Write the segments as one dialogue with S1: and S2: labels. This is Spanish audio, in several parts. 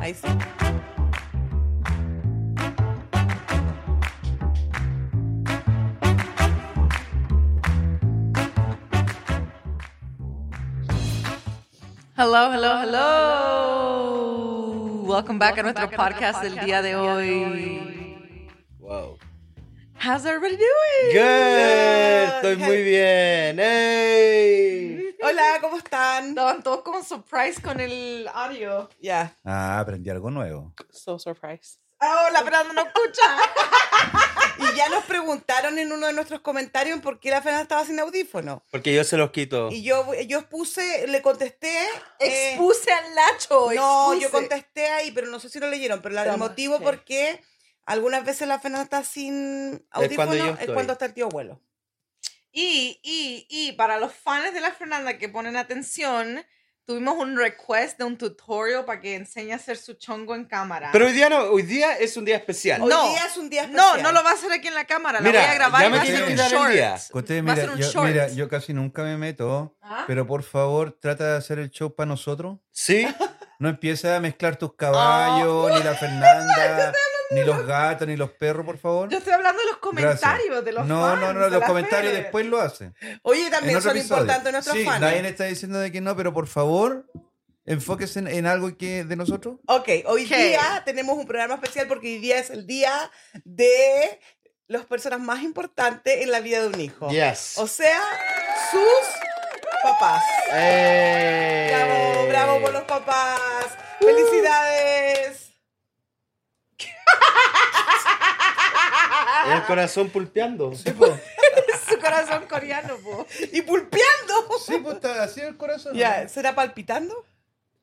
S1: Ahí sí. Hello, hello, hello. Welcome back a nuestro podcast del día de hoy.
S2: Wow.
S1: How's everybody doing?
S2: Good. Estoy
S1: Hey.
S2: muy bien. ¡Ey!
S3: Hola, ¿cómo están?
S1: Estaban todos como surprise con el audio.
S3: Yeah,
S4: Ah, aprendí algo nuevo.
S3: so surprised.
S1: Ah, hola, pero no escucha.
S3: Y ya nos preguntaron en uno de nuestros comentarios por qué la Fernanda estaba sin audífono.
S2: Porque yo se los
S4: Oh.
S2: quito.
S3: Y yo, yo puse, le contesté. eh,
S1: Expuse al Nacho.
S3: no,
S1: expuse.
S3: yo contesté ahí, pero no sé si lo leyeron. Pero la- el
S1: Toma,
S3: motivo
S1: sí.
S3: por qué algunas veces la Fernanda está sin
S2: cuando
S3: audífono
S2: yo
S3: es cuando,
S2: estoy.
S3: está el tío abuelo.
S1: Y, y, y para los fans de la Fernanda que ponen atención, tuvimos un request de un tutorial para que enseñe a hacer su chongo en cámara.
S2: Pero hoy día no, hoy día es un día especial.
S3: Hoy
S1: No.
S3: día es un día
S1: no,
S3: especial.
S1: no lo va a hacer aquí en la cámara. La
S2: Mira,
S1: voy a grabar
S2: ya
S1: y
S2: me
S1: va a ser
S4: quieren
S1: un
S2: quitar el día.
S1: short.
S4: Conté,
S1: va a
S4: mira,
S1: ser un
S4: yo,
S1: short.
S4: mira, yo casi nunca me meto,
S1: ¿Ah?
S4: pero por favor, trata de hacer el show para nosotros.
S2: Sí.
S4: No empieces a mezclar
S1: Oh,
S4: tus caballos, ni la Fernanda, ni los gatos, ni los perros, por favor.
S1: Yo estoy hablando de los comentarios de los
S4: no,
S1: fans.
S4: no, no,
S1: de
S4: los
S1: la
S4: comentarios
S1: Fer.
S4: después lo hacen.
S3: Oye,
S4: En
S3: también
S4: otro
S3: son
S4: episodio.
S3: importantes nuestros
S4: sí,
S3: fans.
S4: Nadie está diciendo de que no, pero por favor, enfóquense en, en algo que de nosotros.
S3: Ok, hoy
S1: Ok.
S3: día tenemos un programa especial porque hoy día es el día de las personas más importantes en la vida de un hijo.
S2: Yes.
S3: Oh. O sea, sus papás.
S2: ¡Ey!
S3: Bravo, bravo por los papás. Felicidades.
S2: El corazón pulpeando.
S4: Sí, pues,
S1: Su corazón coreano, po.
S3: Y pulpeando.
S4: sí, pues está así el corazón.
S3: Ya, ¿será palpitando?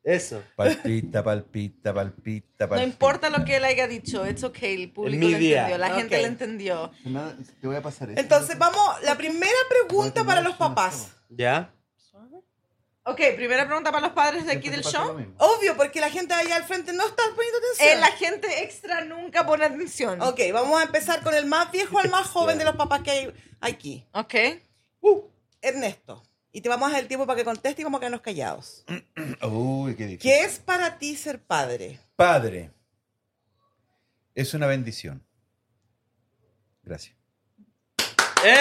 S2: Eso.
S4: Palpita, palpita, palpita, palpita.
S1: No importa lo que él haya dicho, it's okay, el público
S2: mi
S1: lo
S2: día.
S1: entendió, la gente
S3: Ok.
S1: lo entendió.
S4: Te voy a pasar esto.
S3: Entonces, vamos, la primera pregunta para los papás.
S2: ¿Ya?
S1: Ok, primera pregunta para los padres de aquí del show.
S3: Obvio, porque la gente allá al frente no está poniendo
S1: Eh,
S3: atención.
S1: la gente extra nunca pone atención.
S3: Ok, vamos a empezar con el más viejo al más joven de los papás que hay aquí.
S1: Ok.
S3: Ernesto. Y te vamos a dar el tiempo para que conteste y vamos a quedarnos callados.
S4: Uy, qué difícil.
S3: ¿Qué es para ti ser padre?
S4: Padre, es una bendición. Gracias.
S2: ¡Ey!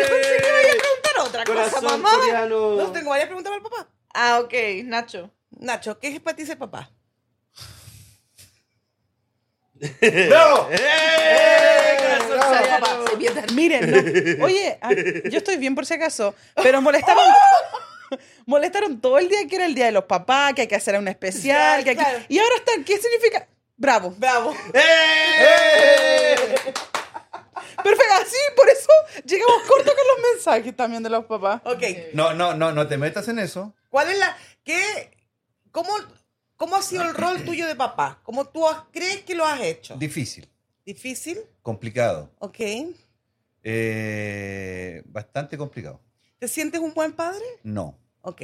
S1: Yo pensé que me iba a preguntar otra cosa,
S2: Corazón
S1: mamá.
S2: coreano.
S3: No, tengo varias preguntas para el papá.
S1: Ah, ok, Nacho.
S3: Nacho, ¿qué es para ti ser papá?
S4: ¡Bravo!
S2: ¡Ey! Corazón
S1: O sea,
S2: coreano.
S1: papá, se viene a-
S5: Miren, no. oye, ah, yo estoy bien por si acaso, pero molestaron, molestaron todo el día que era el día de los papás, que hay que hacer un especial,
S3: Claro,
S5: que hay que-
S3: claro.
S5: y ahora están, ¿qué significa? Bravo,
S3: Bravo.
S4: Eh.
S2: ¡Ey!
S5: perfecto, así por eso llegamos corto con los mensajes también de los papás.
S3: Ok.
S4: No, no, no, no te metas en eso.
S3: ¿Cuál es la. ¿Qué. ¿Cómo, cómo ha sido el rol tuyo de papá? ¿Cómo tú has- crees que lo has hecho?
S4: Difícil,
S3: ¿Difícil?
S4: complicado,
S3: Ok.
S4: eh, bastante complicado.
S3: ¿Te sientes un buen padre?
S4: No.
S3: Ok.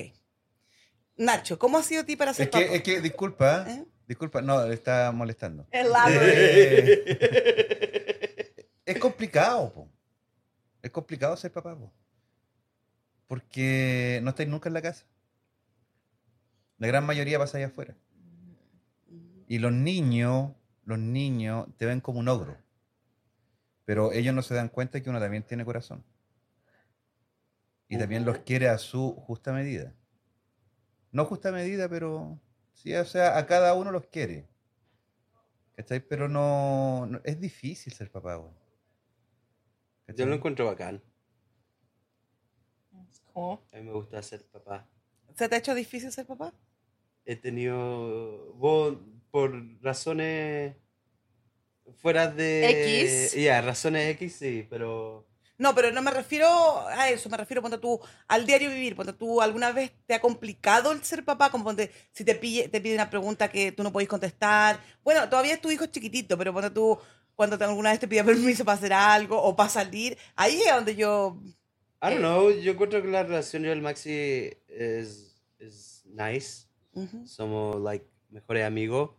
S3: Nacho, ¿cómo ha sido ti para ser
S4: Es que,
S3: papá?
S4: es que disculpa,
S3: ¿Eh?
S4: disculpa, no, le está molestando.
S1: Elaborate.
S4: Eh, es complicado, po. Es complicado ser papá, po. Porque no estáis nunca en la casa. La gran mayoría pasa allá afuera. Y los niños, los niños te ven como un ogro. Pero ellos no se dan cuenta que uno también tiene corazón. Y también los quiere a su justa medida. No justa medida, pero sí, o sea, a cada uno los quiere. ¿Cachai? Pero no, no- Es difícil ser papá, güey.
S2: Yo lo
S4: ¿Cachai?
S2: encuentro bacán. A mí me gusta ser papá.
S3: ¿Se te ha hecho difícil ser papá?
S2: he tenido vos por razones fuera de
S1: X.
S2: ya razones X sí pero
S3: No, pero no me refiero a eso, me refiero, ponte tú, al diario vivir, ponte tú, ¿alguna vez te ha complicado el ser papá? Como ponte, si te pide, te pide una pregunta que tú no podés contestar. Bueno, todavía tu hijo es chiquitito, pero ponte tú, cuando te- alguna vez te pide permiso para hacer algo o para salir, ahí es donde yo...
S2: I don't know yo encuentro que la relación yo y el Maxi es es nice
S3: Ujú.
S2: somos like mejores amigos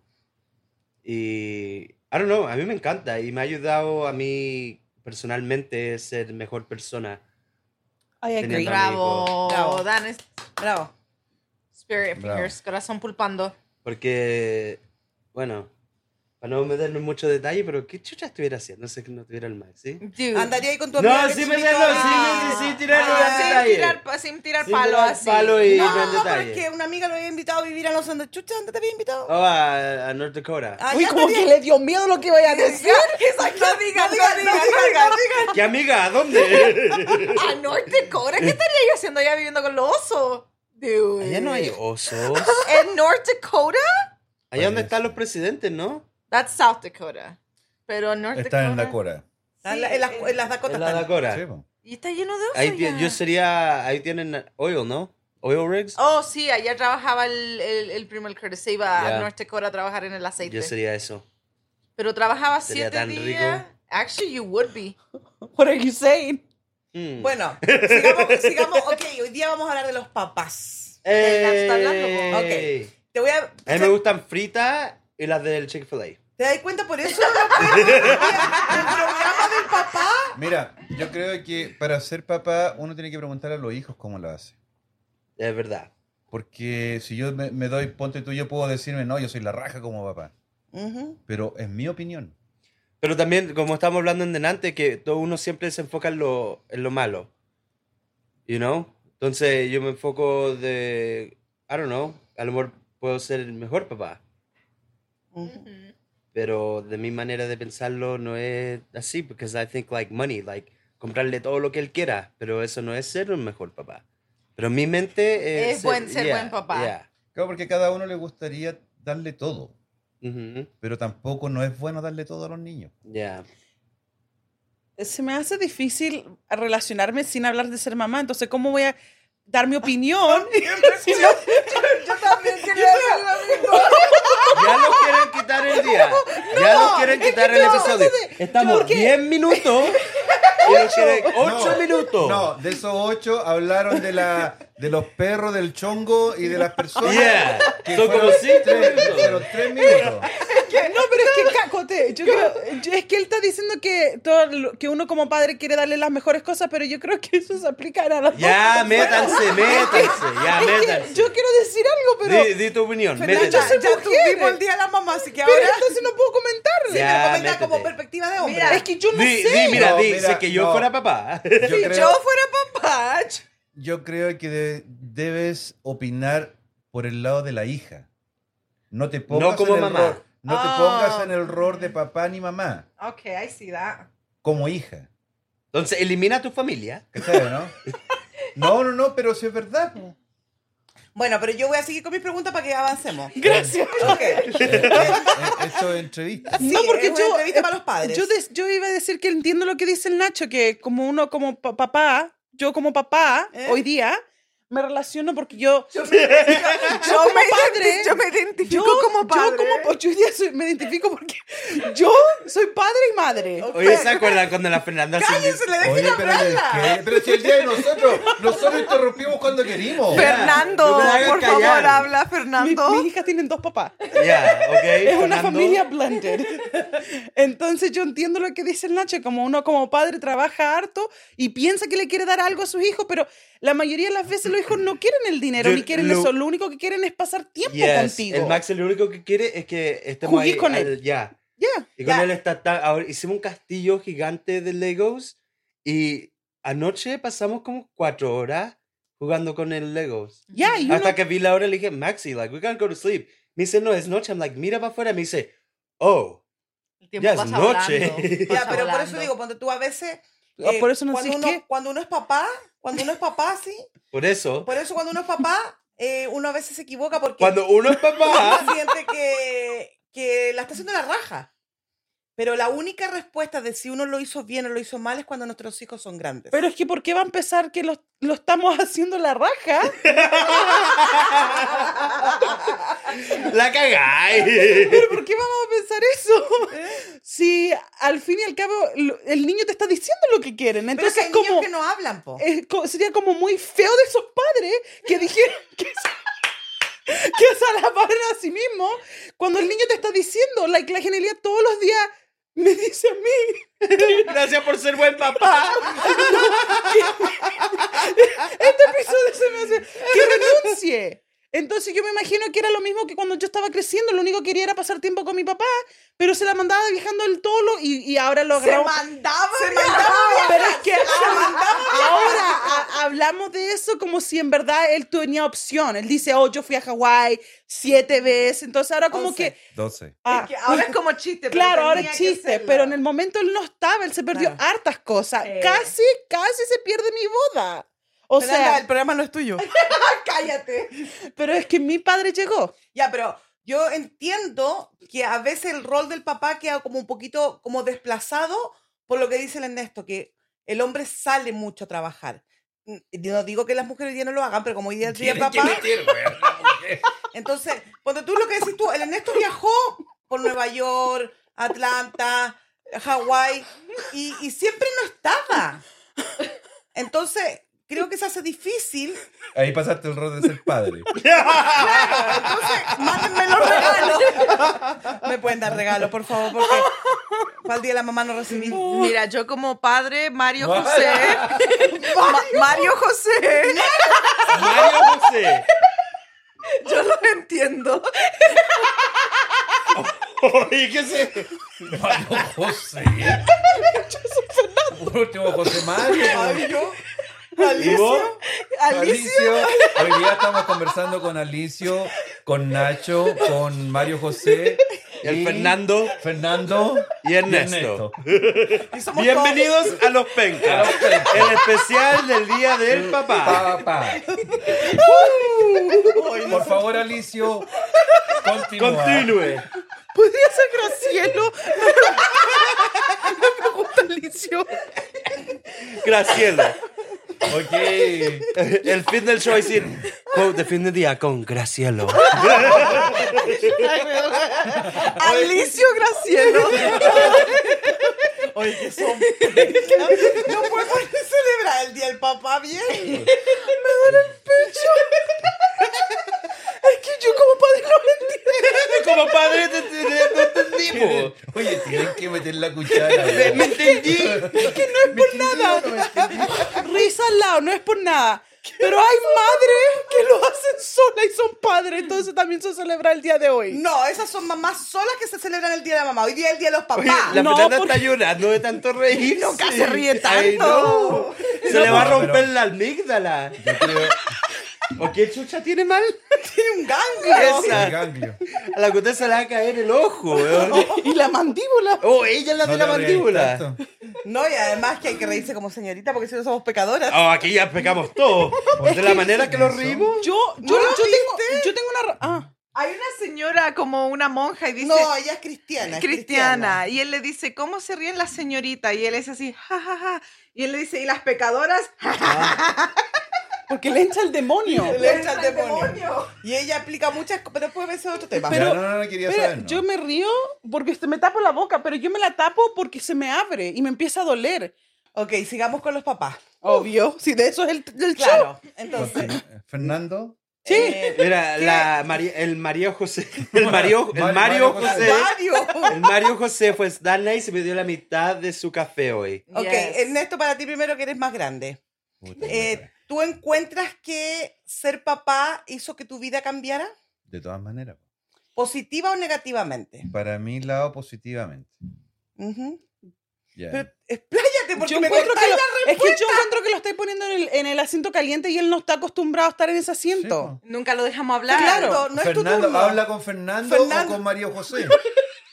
S2: y I don't know a mí me encanta y me ha ayudado a mí personalmente ser mejor persona
S5: I
S2: agree.
S5: agree.
S1: Bravo.
S2: Bravo.
S3: Bravo.
S1: Dan es
S3: Bravo.
S1: Spirit
S4: Bravo.
S1: Fingers, corazón pulpando.
S2: Porque, bueno, para no meterme en mucho detalle, pero ¿qué chucha estuviera haciendo si es que no tuviera el Maxi?
S1: Dude.
S3: Andaría ahí con tu
S2: No,
S3: amiga. que
S2: sí
S3: te
S2: me
S3: invitó
S2: dio,
S3: a-
S2: sí me- sí, sí, tiraron
S3: Ah,
S2: la-
S1: sin
S2: detalle.
S1: tirar, pa- sin tirar
S2: Sin
S1: palo
S2: tirar
S1: así.
S2: palo y
S3: No,
S2: no el
S3: pero
S2: detalle.
S3: es que una amiga lo había invitado a vivir a los Andes. Chucha, ¿dónde te había invitado?
S2: Oh, a, a North Dakota.
S3: Ah,
S5: Uy,
S3: ya
S5: como
S3: estaría-
S5: que le dio miedo lo que iba a decir.
S1: Exacto, no digas, no digas, no digas, no digas.
S2: ¿Qué amiga? ¿A dónde?
S1: A Norte Dakota, ¿qué estaría yo haciendo allá viviendo con los osos? Dude.
S2: Allá no hay osos. Pues.
S1: ¿En North Dakota?
S2: Allá donde están los presidentes, ¿no?
S1: That's South Dakota. Pero North
S4: Están en
S1: Dakota.
S4: Dakota.
S3: Ah, en la- en las- en las Dakotas
S2: En la
S3: están.
S2: Dakota.
S4: Sí, po.
S1: Y está lleno de osos.
S2: Ahí tie-
S1: allá.
S2: yo sería, ahí tienen oil, ¿no? Oil rigs.
S1: Oh, sí, allá trabajaba el, el, el primo, el Curtis, se iba
S2: Ya.
S1: a North Dakota a trabajar en el aceite.
S2: Yo sería eso.
S1: Pero trabajaba
S2: Sería
S1: siete
S2: tan
S1: días.
S2: rico.
S1: Actually, you would be.
S5: What are you saying?
S2: Mm.
S3: Bueno, sigamos, sigamos. Ok, hoy día vamos a hablar de los papás.
S1: está hablando,
S2: ¡Ey!
S3: Ok. Te voy a.
S2: Eh, A mí me gustan fritas y las del Chick-fil-A.
S3: ¿Te das cuenta por eso? Rafael? El programa del papá.
S4: Mira, yo creo que para ser papá uno tiene que preguntar a los hijos cómo lo hace.
S2: Es verdad.
S4: Porque si yo me, me doy ponte tú, yo puedo decirme, no, yo soy la raja como papá.
S3: Ujú.
S4: Pero es mi opinión.
S2: Pero también, como estábamos hablando en delante, que todo uno siempre se enfoca en lo, en lo malo. You know? Entonces yo me enfoco de. I don't know. A lo mejor puedo ser el mejor papá.
S3: Ujú.
S2: Pero de mi manera de pensarlo no es así. Porque I think like money. Like comprarle todo lo que él quiera. Pero eso no es ser un mejor papá. Pero en mi mente. eh,
S1: Es buen- ser buen papá.
S2: yeah.
S4: Claro, porque a cada uno le gustaría darle todo.
S2: Ujú,
S4: Pero tampoco no es bueno darle todo a los niños.
S2: Mm-hmm, yeah.
S5: Se me hace difícil relacionarme sin hablar de ser mamá, entonces ¿cómo voy a dar mi opinión? Si no-
S3: Yo también quería decir lo mismo.
S2: Ya nos quieren quitar el día. Ya nos quieren quitar el episodio. Estamos 10 minutos. Y nos quieren 8
S4: No,
S2: minutos.
S4: No, de esos ocho hablaron de la de los perros, del chongo y de las personas.
S2: Yeah.
S4: que
S2: Son como
S4: fueron
S2: cinco
S4: tres-
S2: minutos.
S4: fueron tres minutos.
S5: No, pero es que Cacote, yo creo- yo- es que él está diciendo que todo lo- que uno como padre quiere darle las mejores cosas, pero yo creo que eso se aplica a las dos
S2: Ya,
S5: personas.
S2: métanse, métanse. Ya,
S5: Es que
S2: métanse.
S5: yo quiero decir algo, pero,
S2: di, di tu opinión,
S3: Fernanda,
S5: Yo soy
S2: métete.
S3: ya
S5: mujer.
S3: tuvimos el día de la mamá, así que
S5: pero
S3: ahora.
S5: entonces no puedo comentarlo.
S2: Ya,
S3: pero comenta
S2: métete.
S3: como perspectiva de hombre.
S5: es que yo no
S2: Di,
S5: sé.
S2: di, mira,
S4: No,
S2: di,
S4: mira,
S2: si que yo
S4: no.
S2: fuera papá.
S4: Yo
S1: Si
S4: creo,
S1: yo fuera papá. ch-
S4: yo creo que de- debes opinar por el lado de la hija. No te pongas
S2: No como
S4: en el
S2: mamá.
S4: rol- no te pongas
S1: Ah.
S4: en el rol de papá ni mamá,
S1: Ok, I see that.
S4: como hija.
S2: Entonces, elimina a tu familia.
S4: ¿Cachai, no? No, no, no, pero si es verdad. po.
S3: Bueno, pero yo voy a seguir con mis preguntas para que avancemos.
S5: Gracias.
S3: Ok.
S4: Eh, eh, Esto es entrevista.
S3: Sí,
S5: no, porque
S3: es una
S5: yo. eh,
S3: entrevista para los padres.
S5: Yo, des- yo iba a decir que entiendo lo que dice el Nacho, que como uno, como pa- papá, yo como papá,
S3: ¿Eh?
S5: hoy día, me relaciono porque yo. Yo,
S1: Yo
S5: como
S1: me,
S5: padre.
S1: identi- yo me
S5: yo,
S1: identifico como padre.
S5: Yo como pa- yo hoy día soy- me identifico porque yo soy padre y madre.
S2: Oye, ¿se acuerdan cuando la Fernanda se-
S3: ¡Cállense, le
S4: Oye,
S3: dejen
S4: pero,
S3: hablarla!
S4: ¿qué? pero si el día de nosotros, nosotros interrumpimos cuando querimos.
S1: Fernando,
S2: No me hagas
S1: por
S2: callar.
S1: favor, habla,
S5: Mi-
S1: Fernando.
S5: mis hijas tienen dos papás.
S2: Ya, ok.
S5: Es una
S2: Fernando.
S5: familia blended. Entonces yo entiendo lo que dice el Nacho, como uno como padre trabaja harto y piensa que le quiere dar algo a sus hijos, pero la mayoría de las veces los hijos no quieren el dinero,
S2: Yo-
S5: ni quieren
S2: lo-
S5: eso, lo único que quieren es pasar tiempo
S2: Yes,
S5: contigo.
S2: El Max lo único que quiere es que estemos
S5: Juguís
S2: ahí.
S5: con
S2: al-
S5: él.
S2: Ya.
S5: Ya.
S2: Y con
S3: Ya.
S2: él está tan- ahora hicimos un castillo gigante de Legos y anoche pasamos como cuatro horas jugando con el Legos.
S5: Ya, y uno-
S2: Hasta que vi la hora le dije, Maxi, like, we can't go to sleep. Me dice, no, es noche. I'm like, mira para afuera. Me dice, oh,
S1: El tiempo
S2: Ya es
S1: pasa
S2: noche.
S1: volando,
S3: Ya,
S1: pasa
S3: pero por eso
S1: volando.
S3: digo, cuando tú a veces.
S5: Ah, por eso no
S3: eh, cuando
S5: decís
S3: uno,
S5: qué.
S3: cuando uno es papá, cuando uno es papá, sí.
S2: por eso.
S3: Por eso cuando uno es papá, eh, uno a veces se equivoca porque
S2: Cuando uno es papá,
S3: uno siente que, que la está haciendo la raja. Pero la única respuesta de si uno lo hizo bien o lo hizo mal es cuando nuestros hijos son grandes.
S5: Pero es que ¿por qué va a empezar que lo, lo estamos haciendo la raja?
S2: la cagáis.
S5: ¿Pero por qué vamos a pensar
S3: ¿Eh?
S5: eso? Si al fin y al cabo lo- el niño te está diciendo lo que quieren.
S3: Pero es que
S5: Entonces
S3: hay
S5: es como... eh,
S3: niños que no hablan, po.
S5: es co- sería como muy feo de esos padres que dijeron que se, que se alabaran a sí mismo cuando el niño te está diciendo, like, la genialidad todos los días me dice a mí,
S2: Gracias por ser buen papá.
S5: este episodio se me hace que renuncie. Entonces yo me imagino que era lo mismo que cuando yo estaba creciendo, lo único que quería era pasar tiempo con mi papá, pero se la mandaba viajando el tolo y, y ahora lo
S1: Se
S5: agarramos.
S1: mandaba.
S5: Se mandaba, pero es que ahora, ahora a- hablamos de eso como si en verdad él tenía opción. Él dice, oh, yo fui a Hawái siete veces, entonces ahora como
S3: Once.
S5: que...
S4: 12.
S5: ah,
S1: que ahora es como chiste. pero
S5: Claro, ahora
S1: tenía
S5: es
S1: que
S5: chiste,
S1: hacerlo.
S5: pero en el momento él no estaba, él se perdió
S3: Claro.
S5: hartas cosas.
S1: Sí.
S5: Casi, casi se pierde mi boda. O sea,
S3: el programa no es tuyo.
S1: Cállate.
S5: pero es que mi padre llegó.
S3: Ya, pero yo entiendo que a veces el rol del papá queda como un poquito como desplazado por lo que dice el Ernesto, que el hombre sale mucho a trabajar. Mm, y No digo que las mujeres hoy día no lo hagan, pero como hoy día es día del papá, entonces, cuando tú lo que decís tú, el Ernesto viajó por Nueva York, Atlanta, Hawái, y, y siempre no estaba. Entonces, creo que se hace difícil
S4: Ahí pasaste el rol de ser padre.
S3: Entonces, mándenme los regalos. Me pueden dar regalos, por favor, porque para el día de la mamá no recibí.
S1: Mira, yo como padre, Mario José. Ma- Mario José.
S2: Mario José.
S1: Yo lo entiendo.
S2: Oye, ¿qué sé?
S4: Mario José. Por último, José Mario.
S3: Mario,
S2: ¿Y vos?
S4: Alicio. Hoy día estamos conversando con Alicio, con Nacho, con Mario José.
S2: Y el Fernando.
S4: Fernando
S2: Y Ernesto.
S3: y somos
S2: Bienvenidos a Los Pencas. El especial del Día del Papá.
S4: Pa, pa. Por favor, Alicio, continúa.
S2: Continúe.
S5: Podría ser Gracielo. No me gusta Alicio.
S2: Graciela.
S4: Ok.
S2: El fin del show es decir, quote de fin de día con Gracielo.
S1: Alicio Gracielo.
S3: Oye, que son. No podemos ni celebrar el día del papá bien.
S5: Es que yo como padre no lo entiendo.
S2: Como padre te, te- te- no
S4: Tienen-
S2: entendimos.
S4: Oye, tienen que meter la cuchara.
S2: Me, me entendí.
S5: Que no es por nada. Risa al lado, no es por nada. Pero hay madres que lo hacen sola y son padres, entonces también se celebra el día de hoy.
S3: No, esas son mamás solas que se celebran el día de la mamá. Hoy día es el día de los
S2: Oye,
S3: papás.
S2: la
S5: No,
S2: Fernanda
S5: por-
S2: está llorando de tanto reír.
S1: Nunca se ríe
S2: Ay, no.
S1: tanto.
S2: Se le va a
S4: pero-
S2: romper la amígdala.
S4: Yo creo-
S2: ¿O qué chucha tiene mal?
S3: Tiene un ganglio.
S4: el
S2: Esa.
S4: ganglio.
S2: A la que se le va a caer el ojo. weón.
S5: Y la mandíbula.
S2: Oh, ella es la de
S4: No
S2: la
S4: te rías
S2: mandíbula.
S4: tanto.
S3: No, y además que hay que reírse como señorita porque si no somos pecadoras.
S2: Oh, aquí ya pecamos todos. De la manera que lo rimos.
S5: Yo, yo, yo tengo, yo tengo una... ra- Ah.
S1: Hay una señora como una monja y dice.
S3: No, ella es cristiana.
S1: cristiana,
S3: es cristiana.
S1: Y él le dice, ¿cómo se ríen las señoritas? Y él es así, jajaja. Y él le dice, ¿y las pecadoras? Ja, ja,
S5: Porque le echa el demonio.
S3: Le echa el
S1: al
S3: demonio.
S1: demonio.
S3: Y ella aplica muchas cosas, pero después veces otro tema.
S5: Pero-
S4: no, no, no, quería
S5: Espera,
S4: saber. no.
S5: yo me río porque se me tapa la boca, pero yo me la tapo porque se me abre y me empieza a doler.
S3: Ok, sigamos con los papás.
S5: Obvio, si de eso es el, el show.
S3: Claro. Entonces,
S4: Continúa. Fernando.
S5: Sí.
S3: eh,
S2: Mira, la Mari- el Mario José. El Mario, el Mario
S4: Mario- Mario
S2: José.
S3: Mario.
S2: El Mario José fue a Stanley y se me dio la mitad de su café hoy.
S3: Ok, este
S1: Yes.
S3: Ernesto, para ti primero que eres más grande.
S4: Puta,
S3: Eh, ¿Tú encuentras que ser papá hizo que tu vida cambiara?
S4: de todas maneras.
S3: ¿Positiva o negativamente?
S4: Para mí, lado positivamente.
S3: Ujú.
S4: Ya.
S3: Pero expláyate porque
S5: Yo
S3: me
S5: encuentro que
S3: cortáis
S5: lo,
S3: la-
S5: es que yo encuentro que lo estáis poniendo en el, en el asiento caliente y él no está acostumbrado a estar en ese asiento.
S1: Nunca lo dejamos hablar.
S3: Fernando, no es tu
S4: Fernando,
S3: turno.
S4: habla con Fernando,
S3: Fernando.
S4: o con Mario José.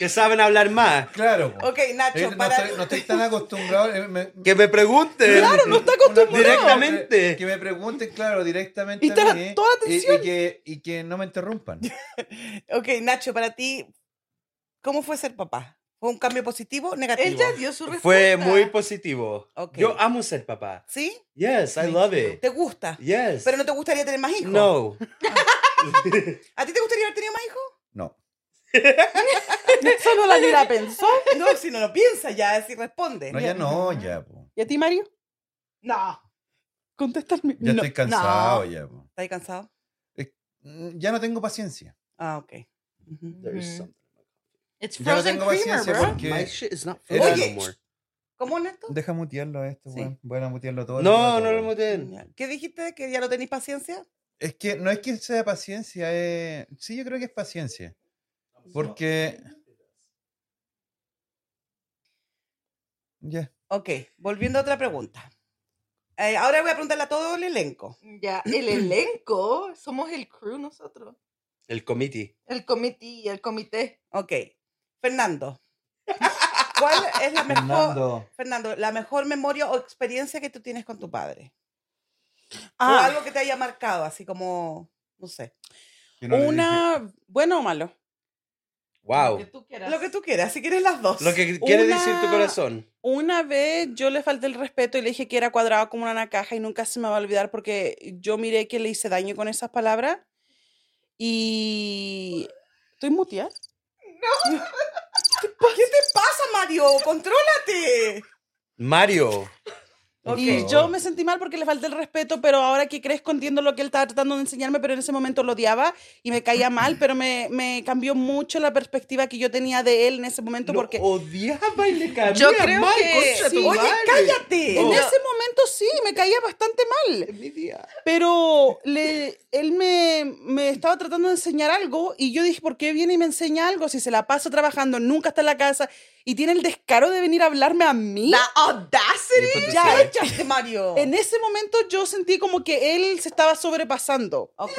S2: Que saben hablar más.
S4: Claro. po.
S3: Ok, Nacho,
S4: Eh, no,
S3: para
S4: estoy, no estoy tan acostumbrado. eh, me-
S2: Que me pregunten.
S5: Claro, no está
S4: una-
S5: acostumbrado.
S2: Directamente.
S4: Que me pregunten, claro, directamente.
S5: Y
S4: a
S5: te da
S4: mí,
S5: toda
S4: eh, y-
S5: atención.
S4: Y, que, y que no me interrumpan.
S3: Ok, Nacho, para ti, ¿cómo fue ser papá? ¿Fue un cambio positivo o
S1: Él
S3: negativo?
S1: ya dio su respuesta.
S2: Fue muy positivo.
S3: Ok.
S2: Yo amo ser papá.
S3: ¿Sí?
S2: Yes, I love it.
S3: ¿Te gusta?
S2: Yes.
S3: ¿Pero no te gustaría tener más hijos?
S2: No.
S3: ¿A ti te gustaría haber tenido más hijos?
S4: No.
S5: Solo la Lira pensó.
S3: No, si no lo piensa ya, si responde.
S4: No, ya no, ya. po.
S5: ¿Y a ti, Mario?
S1: No.
S5: Contesta el mi-
S4: Ya
S5: no.
S4: estoy cansado, ya. po.
S3: ¿Estás cansado?
S4: Mm, Ya no tengo paciencia.
S3: Ah, ok. Ujú.
S1: Ujú.
S2: There's something.
S1: It's
S4: Ya no
S1: frozen
S4: tengo
S1: creamer,
S4: paciencia
S1: bro.
S2: My
S4: porque.
S2: shit is not
S4: Era-
S2: frozen
S3: Oye.
S2: no more.
S3: ¿Cómo, Neto?
S4: Deja mutearlo a esto,
S3: Sí.
S4: weón. Voy a mutearlo todo. el
S2: No,
S4: rato,
S2: no lo
S4: weón.
S2: muteen.
S3: ¿Qué dijiste? ¿Que ya no tenéis paciencia?
S4: Es que no es que sea paciencia, es... sí, yo creo que es paciencia. Porque... Ya.
S3: Ok, volviendo a otra pregunta. Eh, ahora voy a preguntarle a todo el elenco.
S1: Ya, el elenco, somos el crew nosotros.
S2: El committee.
S1: El comité, el comité.
S3: Ok, Fernando. ¿Cuál es la mejor, Fernando.
S4: Fernando.
S3: la mejor memoria o experiencia que tú tienes con tu padre? O
S5: Ah.
S3: algo que te haya marcado, así como, no sé,
S4: que no le dije-
S5: Una, bueno o malo.
S2: Wow.
S1: Lo que tú quieras.
S3: lo que tú quieras, si quieres las dos.
S2: Lo que quiere
S5: Una-
S2: decir tu corazón.
S5: Una vez yo le falté el respeto y le dije que era cuadrado como una caja y nunca se me va a olvidar porque yo miré que le hice daño con esas palabras. Y. ¿Estoy muteada?
S3: ¿Qué te pasa, Mario? ¡Contrólate!
S2: Mario.
S4: Por
S5: Y
S4: favor.
S5: yo me sentí mal porque le falté el respeto, pero ahora que crezco entiendo lo que él estaba tratando de enseñarme, pero en ese momento lo odiaba y me caía mal, pero me, me cambió mucho la perspectiva que yo tenía de él en ese momento porque...
S4: oh,
S2: odiaba y le caía
S1: Yo creo que-
S5: sí.
S3: Oye, cállate.
S5: En
S2: Oh.
S5: ese momento sí, me caía bastante mal.
S2: mi día.
S5: pero le, él me, me estaba tratando de enseñar algo y yo dije, ¿por qué viene y me enseña algo si se la pasa trabajando, nunca está en la casa y tiene el descaro de venir a hablarme a mí?
S1: La audacity.
S3: Ya, échate, Mario.
S5: En ese momento yo sentí como que él se estaba sobrepasando.
S3: Ok.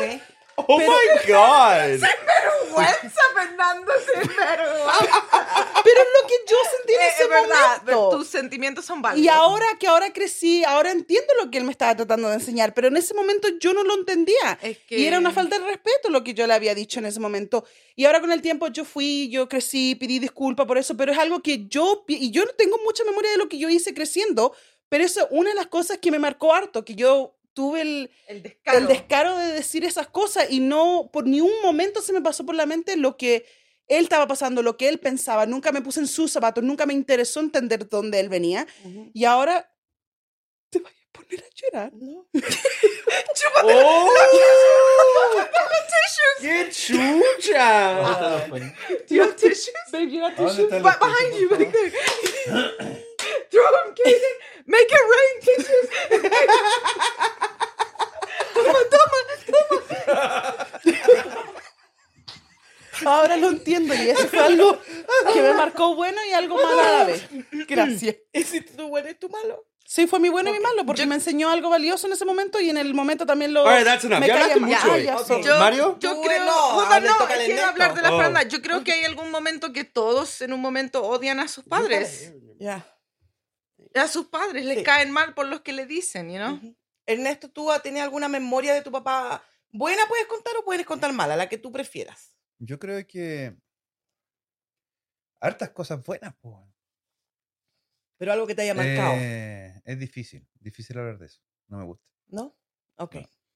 S2: Oh my god.
S1: vergüenza, Fernando, sin vergüenza.
S5: Pero es lo que yo sentí en
S1: Es
S5: ese
S1: verdad,
S5: momento.
S1: tus sentimientos son válidos.
S5: Y ahora que ahora crecí, ahora entiendo lo que él me estaba tratando de enseñar, pero en ese momento yo no lo entendía.
S1: Es
S5: Y era una
S1: que-
S5: falta de respeto lo que yo le había dicho en ese momento. Y ahora con el tiempo yo fui, yo crecí, pedí disculpa por eso, pero es algo que yo, pi- y yo no tengo mucha memoria de lo que yo hice creciendo, pero eso es una de las cosas que me marcó harto, que yo tuve el,
S1: El descaro.
S5: el descaro de decir esas cosas y no por ni un momento se me pasó por la mente lo que él estaba pasando, lo que él pensaba. Nunca me puse en sus zapatos, nunca me interesó entender dónde él venía. Y ahora te voy a poner a llorar.
S3: No.
S2: Oh. ¡Qué chucha!
S1: Your tissues.
S4: ¿Dónde están los
S1: Ba- behind you,
S4: tissues, por
S1: right
S4: favor?
S1: there. Throw them, Katie. Make it rain, tissues.
S5: Ahora lo entiendo y eso fue algo que me marcó bueno y algo malo a la vez. Gracias.
S3: ¿Y si tú bueno y tú malo?
S5: Sí, fue mi bueno y mi malo porque me enseñó algo valioso en ese momento y en el momento también lo...
S2: Alright, that's enough.
S5: me
S2: Ya
S5: caía
S2: hablaste
S5: mal.
S2: mucho
S5: Ah,
S2: hoy.
S5: ya,
S3: Ok.
S5: sorry.
S1: Yo,
S2: Mario?
S1: yo
S3: Tú,
S1: creo,
S3: no,
S1: Hold on,
S3: ahora le
S1: no,
S3: toca al
S1: quiero
S3: Ernesto.
S1: hablar de la
S2: Oh.
S1: Fernanda. Yo creo que hay algún momento que todos en un momento odian a sus padres.
S5: Ya.
S1: A sus padres les
S3: Sí.
S1: caen mal por los que le dicen, you know?
S3: Ujú. Ernesto, ¿tú ah, tienes alguna memoria de tu papá? Buena puedes contar o puedes contar mala, la que tú prefieras.
S4: Yo creo que. Hartas cosas buenas, po. weón.
S3: Pero algo que te haya marcado,
S4: Eh, es difícil, difícil hablar de eso. No me gusta.
S3: ¿no? Ok.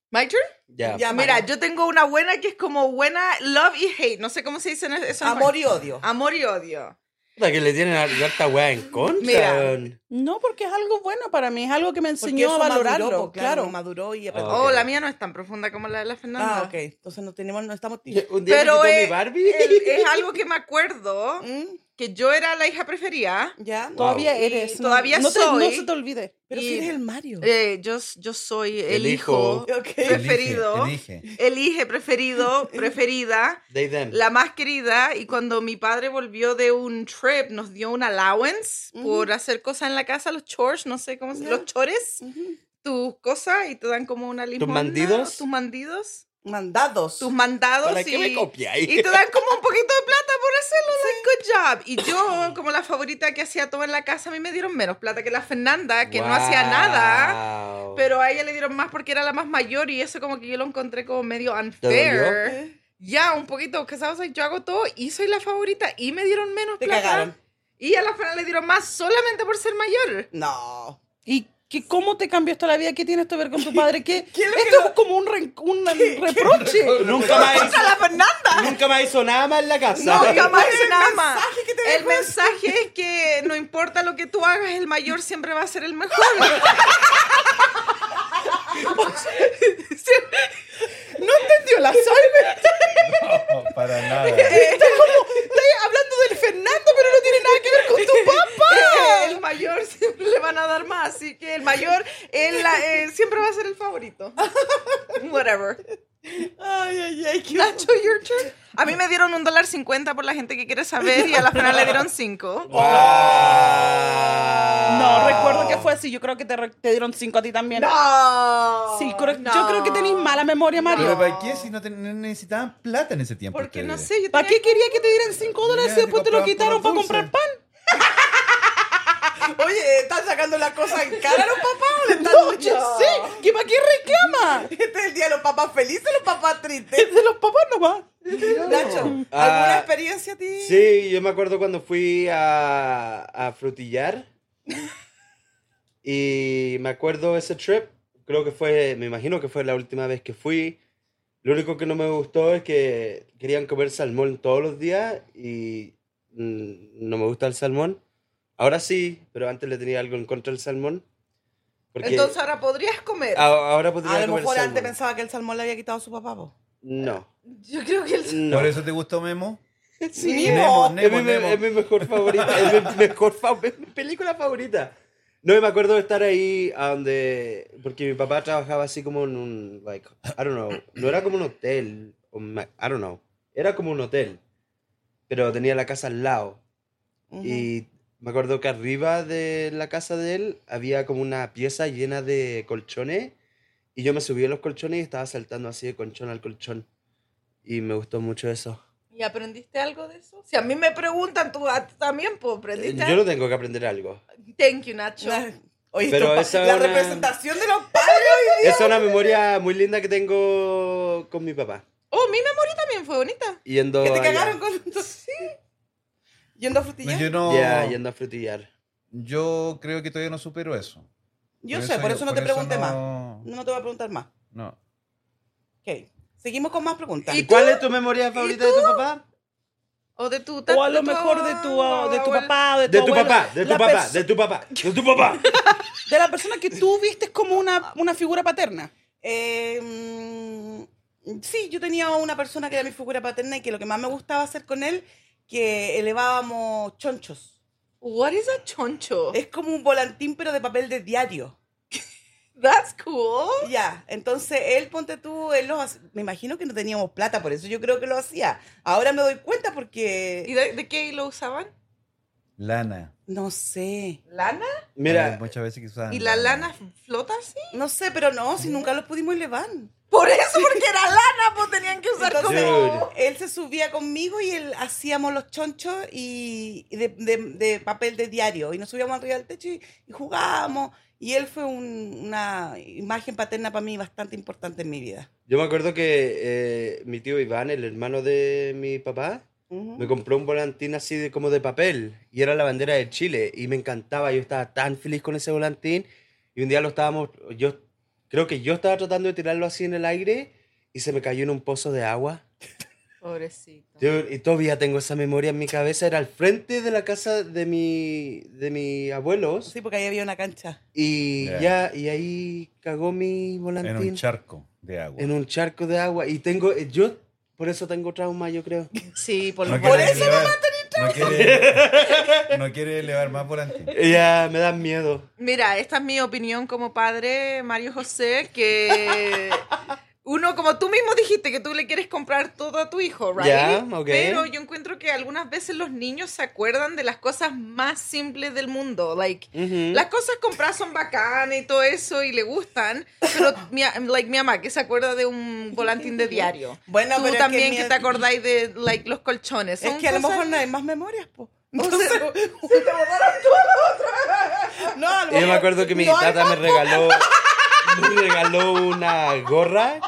S1: My turn?
S2: Ya.
S3: Ya,
S1: Mira,
S3: Mario.
S1: yo tengo una buena que es como buena love y hate. No sé cómo se dicen eso. en
S3: Amor y odio.
S1: Amor y odio.
S2: Puta, que le tienen a harta wea en contra.
S1: Mira.
S2: weón.
S5: No, porque es algo bueno para mí, es algo que me
S3: Porque
S5: enseñó a
S3: eso maduró,
S5: valorarlo,
S3: po,
S5: claro.
S3: Maduró y
S2: Ah,
S1: Oh,
S2: ok.
S1: la mía no es tan profunda como la de la Fernanda.
S3: Ah, ok. Entonces no tenemos, no estamos.
S2: Un día
S1: Pero,
S2: me quitó
S1: eh,
S2: mi Barbie.
S1: El- es algo que me acuerdo
S3: Mm,
S1: que yo era la hija preferida.
S3: Ya.
S2: Wow.
S5: Todavía
S1: Y
S5: eres. no-
S1: todavía
S5: no, te- no
S1: soy.
S5: se te olvide.
S3: Pero
S1: y-
S3: si eres el Mario.
S1: Eh, yo, yo soy el,
S2: El
S1: hijo.
S2: hijo.
S3: Ok.
S1: Preferido.
S4: Elige, elige.
S1: Elige preferido, preferida,
S2: They them.
S1: la más querida. Y cuando mi padre volvió de un trip, nos dio un allowance por hacer cosas en la casa, los chores, no sé cómo se
S3: Ya.
S1: los chores,
S3: Ujú.
S1: tus cosas y te dan como una limosna.
S2: mandidos?
S1: Tus mandidos.
S3: Mandados.
S1: Tus mandados.
S2: ¿Para qué
S1: y-
S2: me copiáis?
S1: Y te dan como un poquito de plata por hacerlo, like, good job. Y yo, como la favorita que hacía todo en la casa, a mí me dieron menos plata que la Fernanda, que no hacía nada,
S2: Wow.
S1: pero a ella le dieron más porque era la más mayor y eso como que yo lo encontré como medio
S2: dolió?
S1: unfair. Ya, un poquito, que sabes, Like, yo hago todo y soy la favorita y me dieron menos
S3: Te
S1: plata.
S3: cagaron.
S1: Y a la Fernanda le dieron más solamente por ser mayor.
S3: No.
S5: ¿Y qué, cómo te cambió esto la vida? ¿Qué tienes que ver con tu padre? ¿Qué,
S3: qué es lo que
S5: esto es como un, ren- un reproche.
S2: Nunca más hizo,
S1: ¡A la Fernanda!
S2: nunca más hizo nada más en la casa.
S1: Nunca más hice nada más.
S3: mensaje que te
S1: El mensaje es que no importa lo que tú hagas, el mayor siempre va a ser el mejor.
S5: No entendió la salve.
S4: No, para nada.
S5: Estás hablando del Fernando, pero no tiene nada que ver con tu papá.
S1: El mayor siempre le van a dar más, así que el mayor él la- eh, siempre va a ser el favorito. Whatever.
S3: Ay, ay, ay, qué
S1: Nacho, your turn. A mí me dieron un dólar cincuenta por la gente que quiere saber y a la final le dieron cinco.
S2: Oh,
S5: No, recuerdo que fue así. Yo creo que te, re- te dieron cinco a ti también.
S1: No.
S5: Sí, creo- yo creo que tenéis mala memoria, Mario.
S4: Pero ¿para qué si no, ten- no necesitaban plata en ese tiempo?
S1: Porque no
S4: ustedes?
S1: sé, yo
S5: ¿Para
S1: tenía-
S5: qué quería que te dieran cinco dólares
S4: Ya,
S5: si después
S4: te
S5: te lo
S4: compraban
S5: quitaron para
S4: puros
S5: comprar pan?
S3: Oye, ¿están sacando las cosas en cara los papás o le están
S5: No, yo sé. ¿Que ¿Para qué reclama?
S3: Este es el día de los papás felices, los papás tristes.
S5: Es de los papás nomás.
S3: Nacho, ¿alguna
S2: Ah,
S3: experiencia a ti?
S2: Sí, yo me acuerdo cuando fui a, a frutillar. y me acuerdo ese trip. Creo que fue, me imagino que fue la última vez que fui. Lo único que no me gustó es que querían comer salmón todos los días y mm, no me gusta el salmón. Ahora sí, pero antes le tenía algo en contra del salmón. Porque
S1: Entonces ahora podrías comer.
S2: a- ahora podría
S3: A lo
S2: comer
S3: mejor antes
S2: salmón.
S3: pensaba que el salmón le había quitado a su papá. po.
S2: No,
S1: Yo creo que el...
S2: no.
S4: ¿Por eso te gustó Memo?
S5: Sí.
S4: Nemo,
S2: es,
S4: Nemo,
S2: mi,
S4: Nemo.
S2: es mi mejor favorita. es mi mejor fa- es mi película favorita. No, y me acuerdo de estar ahí a donde. Porque mi papá trabajaba así como en un. Like, I don't know. No era como un hotel. o ma- I don't know. Era como un hotel. Pero tenía la casa al lado. Y me acuerdo que arriba de la casa de él había como una pieza llena de colchones. Y yo me subí a los colchones y estaba saltando así de colchón al colchón. Y me gustó mucho eso.
S1: ¿Y aprendiste algo de eso? Si a mí me preguntan, tú a- también pues,
S2: Eh,
S1: aprendiste.
S2: Yo no tengo que aprender algo.
S1: Thank you, Nacho.
S3: La- Oye,
S2: Pero
S3: estos pa-
S2: esa
S3: la
S2: una-
S3: representación de los padres.
S2: Esa es una memoria muy linda que tengo con mi papá.
S1: Oh, mi memoria también fue bonita.
S2: Yendo
S3: Que te
S2: allá.
S3: cagaron con... Sí. Yendo a frutillar.
S4: No, Pues yo no.
S2: Ya, yendo a frutillar.
S4: Yo creo que todavía no supero eso.
S3: Yo sé, por eso no te pregunté más. No te voy a preguntar más.
S4: No.
S3: Ok. Seguimos con más preguntas.
S2: ¿Y cuál es tu memoria favorita de tu papá?
S1: O de tu
S5: O a lo mejor de tu, ah, de tu
S1: abuelo.
S5: papá, o de tu
S2: De tu
S5: abuelo.
S2: papá, de tu
S5: La
S2: papá,
S5: perso-
S2: de tu papá, de tu papá.
S5: de la persona que tú viste como una, una figura paterna.
S3: Eh, mm, sí, yo tenía una persona que era mi figura paterna y que lo que más me gustaba hacer con él, que elevábamos chonchos.
S1: What is a choncho?
S3: Es como un volantín, pero de papel de diario.
S1: That's cool.
S3: Ya, entonces él, ponte tú, él lo hace- me imagino que no teníamos plata, por eso yo creo que lo hacía. Ahora me doy cuenta
S1: ¿Y
S3: porque,
S1: de, de qué lo usaban?
S4: Lana.
S3: no sé,
S1: ¿Lana?
S4: Hay
S2: Mira,
S4: muchas veces que usaban
S1: ¿Y la lana flota así?
S3: no sé, pero no, si nunca los pudimos elevar.
S1: Por eso, porque era lana, pues tenían que usar
S3: Entonces-
S1: como...
S3: Él se subía conmigo y él hacíamos los chonchos y, y de, de- de papel de diario. Y nos subíamos arriba del techo y, y jugábamos. Y él fue un- una imagen paterna para mí bastante importante en mi vida.
S2: yo me acuerdo que eh, mi tío Iván, el hermano de mi papá,
S3: Ujú.
S2: me compró un volantín así de, como de papel y era la bandera de Chile y me encantaba, yo estaba tan feliz con ese volantín y un día lo estábamos, yo creo que yo estaba tratando de tirarlo así en el aire y se me cayó en un pozo de agua.
S1: Pobrecito.
S2: Yo- y todavía tengo esa memoria en mi cabeza, era al frente de la casa de mi, de mis abuelos
S3: Sí, porque ahí había una cancha.
S2: y
S4: Ya.
S2: ya, y ahí cagó mi volantín
S4: En un charco de agua.
S2: en un charco de agua y tengo, eh, yo por eso tengo trauma, yo creo.
S1: Sí, por,
S4: No
S1: lo
S4: quiere
S1: por eso.
S4: elevar- no quiere- No quiere elevar más volantín.
S2: Ya, me dan miedo.
S1: Mira, esta es mi opinión como padre, Mario José, que uno, como tú mismo dijiste, que tú le quieres comprar todo a tu hijo, ¿right?
S2: Ya, ok.
S1: Pero yo encuentro que algunas veces los niños se acuerdan de las cosas más simples del mundo. Like,
S2: Ujú.
S1: Las cosas compradas son bacanas y todo eso y le gustan, pero mi, like, mi mamá que se acuerda de un volantín de diario.
S3: Bueno,
S1: Tú
S3: pero es
S1: también
S3: mi-
S1: que, te acordáis de like, los colchones.
S3: Es
S1: Son
S3: que a lo
S1: cosas-
S3: mejor no hay más memorias, po.
S1: Entonces,
S3: No, a lo
S2: Y yo me
S3: mejor
S2: acuerdo que mi
S3: no hay
S2: tata me
S3: más,
S2: regaló, me regaló una gorra.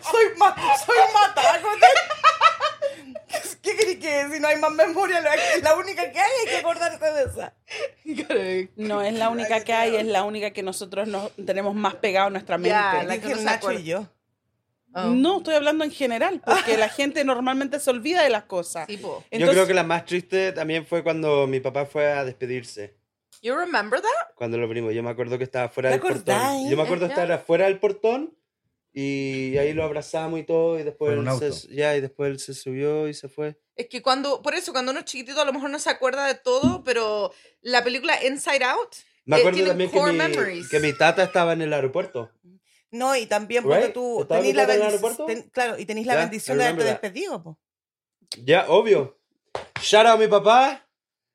S3: Soy, ma soy matada con él. ¿Qué crees que si no hay más memoria, la, la única que hay hay que acordarse de esa?
S5: No es la única que hay, es la única que nosotros nos tenemos más pegado a nuestra mente.
S1: Ya, la
S3: La
S1: que
S3: que
S1: no se
S3: Nacho
S1: acuerda.
S3: y yo.
S1: Oh.
S5: No, estoy hablando en general, porque la gente normalmente se olvida de las cosas.
S1: Sí, po.
S2: Yo
S5: Entonces-
S2: creo que la más triste también fue cuando mi papá fue a despedirse.
S1: You remember that?
S2: Cuando lo venimos, yo me acuerdo que estaba fuera
S3: ¿Te
S2: del portón.
S3: acordáis?
S2: Yo me acuerdo estar afuera del portón y ahí lo abrazamos y todo y después
S4: Con un
S2: él
S4: auto.
S2: se, ya y después él se subió y se fue.
S1: Es que cuando, por eso, cuando uno es chiquitito a lo mejor no se acuerda de todo, pero la película Inside Out
S2: Me
S1: eh,
S2: acuerdo
S1: tiene
S2: también que
S1: core
S2: mi,
S1: memories.
S2: que mi tata estaba en el aeropuerto.
S3: No, y también porque
S2: Right.
S3: tú
S2: ¿Estaba
S3: tenés la
S2: metida en el
S3: bendición.
S2: aeropuerto?
S3: claro, y tenés la
S2: Yeah, I
S3: bendición de haberte
S2: remember that.
S3: despedido, po.
S2: Ya, obvio. Shout out a mi papá.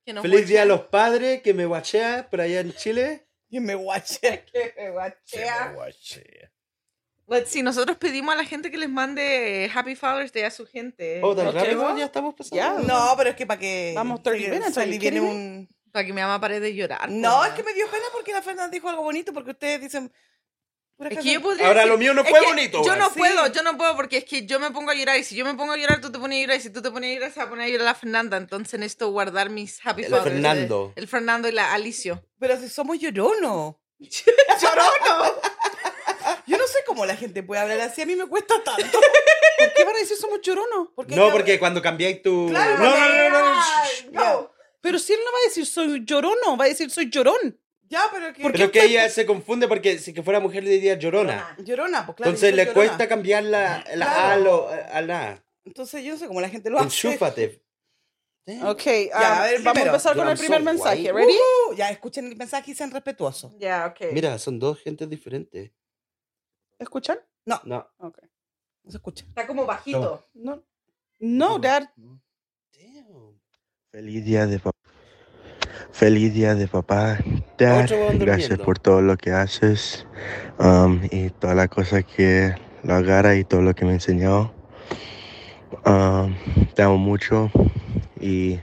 S1: Que no
S2: Feliz
S1: fue-
S2: día a los padres que me guachea por allá en Chile.
S3: Y me guaché.
S1: que me guachea.
S4: Guachea.
S1: Let's see, nosotros pedimos a la gente que les mande Happy Father's Day a su gente.
S2: Oh, tan
S5: ¿No
S2: rápido
S5: quedó?
S2: ya estamos pasando.
S5: Ya.
S3: No, pero es que para que.
S5: Vamos 30
S3: que
S5: minutes,
S3: Sally
S5: ¿are you
S3: viene
S5: kidding
S3: un.
S1: Para que mi mamá pare de llorar. pues,
S3: No,
S1: po.
S3: es que me dio pena porque la Fernanda dijo algo bonito, porque ustedes dicen. puras
S1: Es que
S3: cosas-
S1: yo podría
S2: Ahora
S1: decir-
S2: lo mío no
S1: es
S2: fue
S1: que
S2: bonito.
S1: Yo
S2: güey.
S1: no
S3: Sí.
S1: puedo, yo no puedo porque es que yo me pongo a llorar y si yo me pongo a llorar tú te pones a llorar y si tú te pones a llorar se va a poner a llorar la Fernanda. Entonces necesito guardar mis happy
S2: El
S1: Father's Day.
S2: Fernando.
S1: El Fernando y la Alicio.
S3: Pero si somos lloronos. Yo no sé cómo la gente puede hablar así, a mí me cuesta tanto.
S5: ¿Por qué van a decir somos choronos?
S2: No, porque cuando cambiáis tu.
S3: Claro,
S2: no, no, no, no, no,
S3: Ya,
S5: Pero si él no va a decir soy llorono, va a decir soy llorón.
S3: ya, pero que.
S2: Pero que ella se confunde porque si que fuera mujer le diría llorona.
S3: Llorona, pues claro. yo
S2: Entonces
S3: soy
S2: le
S3: llorona.
S2: cuesta cambiar la, la A a
S3: Claro.
S2: lo- a la
S3: Entonces yo no sé cómo la gente lo
S2: A.
S3: hace.
S2: Enchúfate.
S5: Ok,
S3: Ya, a ver,
S5: ah, vamos a
S3: primero.
S5: empezar con
S2: Yo I'm
S5: el primer
S2: so
S5: mensaje.
S2: white.
S5: ¿Ready?
S3: Uh, ya, escuchen el mensaje y sean respetuosos.
S1: Ya, ok.
S2: Mira, son dos gentes diferentes.
S5: ¿Escuchan?
S2: No.
S5: Ok.
S3: No se escucha.
S1: Está como bajito.
S5: No, no Dad.
S2: Damn.
S6: Feliz día de papá. Feliz día de papá. Dad,
S2: Otro huevón
S6: gracias
S2: durmiendo.
S6: por todo lo que haces um, y toda la cosa que lo agarra y todo lo que me enseñó. Um, te amo mucho y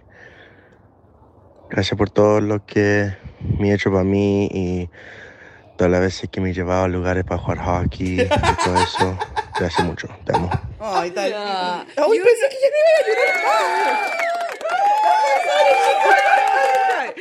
S6: gracias por todo lo que me ha hecho para mí y todas las veces que me he llevado a lugares para jugar hockey y todo eso. Gracias mucho. Te amo.
S3: Ay, tal.
S1: Ya.
S3: Ay, pensé que ya no iba a llorar.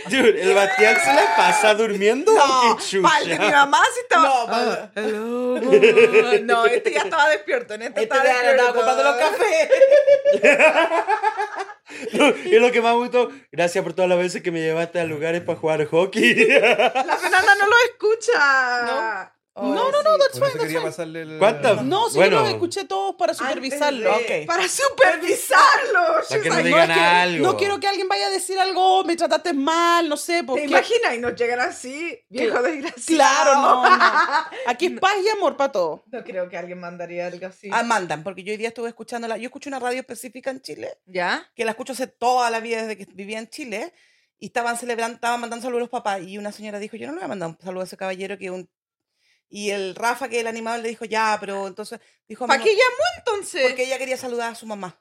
S2: Dude, el Bastián se la pasa durmiendo.
S1: No,
S2: Qué
S1: pal de mi
S2: chucha.
S1: mamá si estaba.
S3: No, pa-
S1: Uh, no, este ya estaba despierto. En
S3: Este
S1: este, estaba
S3: de ahora
S1: despierto.
S3: andaba comprando los cafés.
S2: Y lo que más me gustó, gracias por todas las veces que me llevaste a lugares para jugar hockey.
S1: La Fernanda no lo escucha.
S3: No.
S5: No, no, no, that's
S4: Por
S5: fine,
S4: eso
S5: that's
S4: quería
S5: fine.
S4: pasarle el.
S2: ¿Cuántas?
S5: No, si
S2: Bueno.
S5: yo los escuché todos para supervisarlo.
S3: de-
S5: Ok.
S1: Para supervisarlo.
S2: Para que
S5: Ay,
S2: no
S5: no,
S2: digan
S5: es que
S2: algo.
S5: no quiero que alguien vaya a decir algo, "Oh, me trataste mal, no sé,
S1: ¿Te
S5: porque
S1: imaginas? Y nos llegan así, viejo desgraciado.
S5: Claro, no, no. Aquí es paz y amor para todo.
S1: No creo que alguien mandaría algo así.
S3: Ah, mandan, porque yo hoy día estuve escuchándola. Yo escucho una radio específica en Chile,
S1: ¿Ya?
S3: que la escucho hace toda la vida desde que vivía en Chile, y estaban celebrando, estaban mandando saludos a los papás, y una señora dijo, yo no le voy a mandar un saludo a ese caballero que es un... Y el Rafa, que es el animador, le dijo, ya, pero entonces dijo,
S1: ¿Para
S3: "No,
S1: qué llamó entonces?
S3: porque ella quería saludar a su mamá.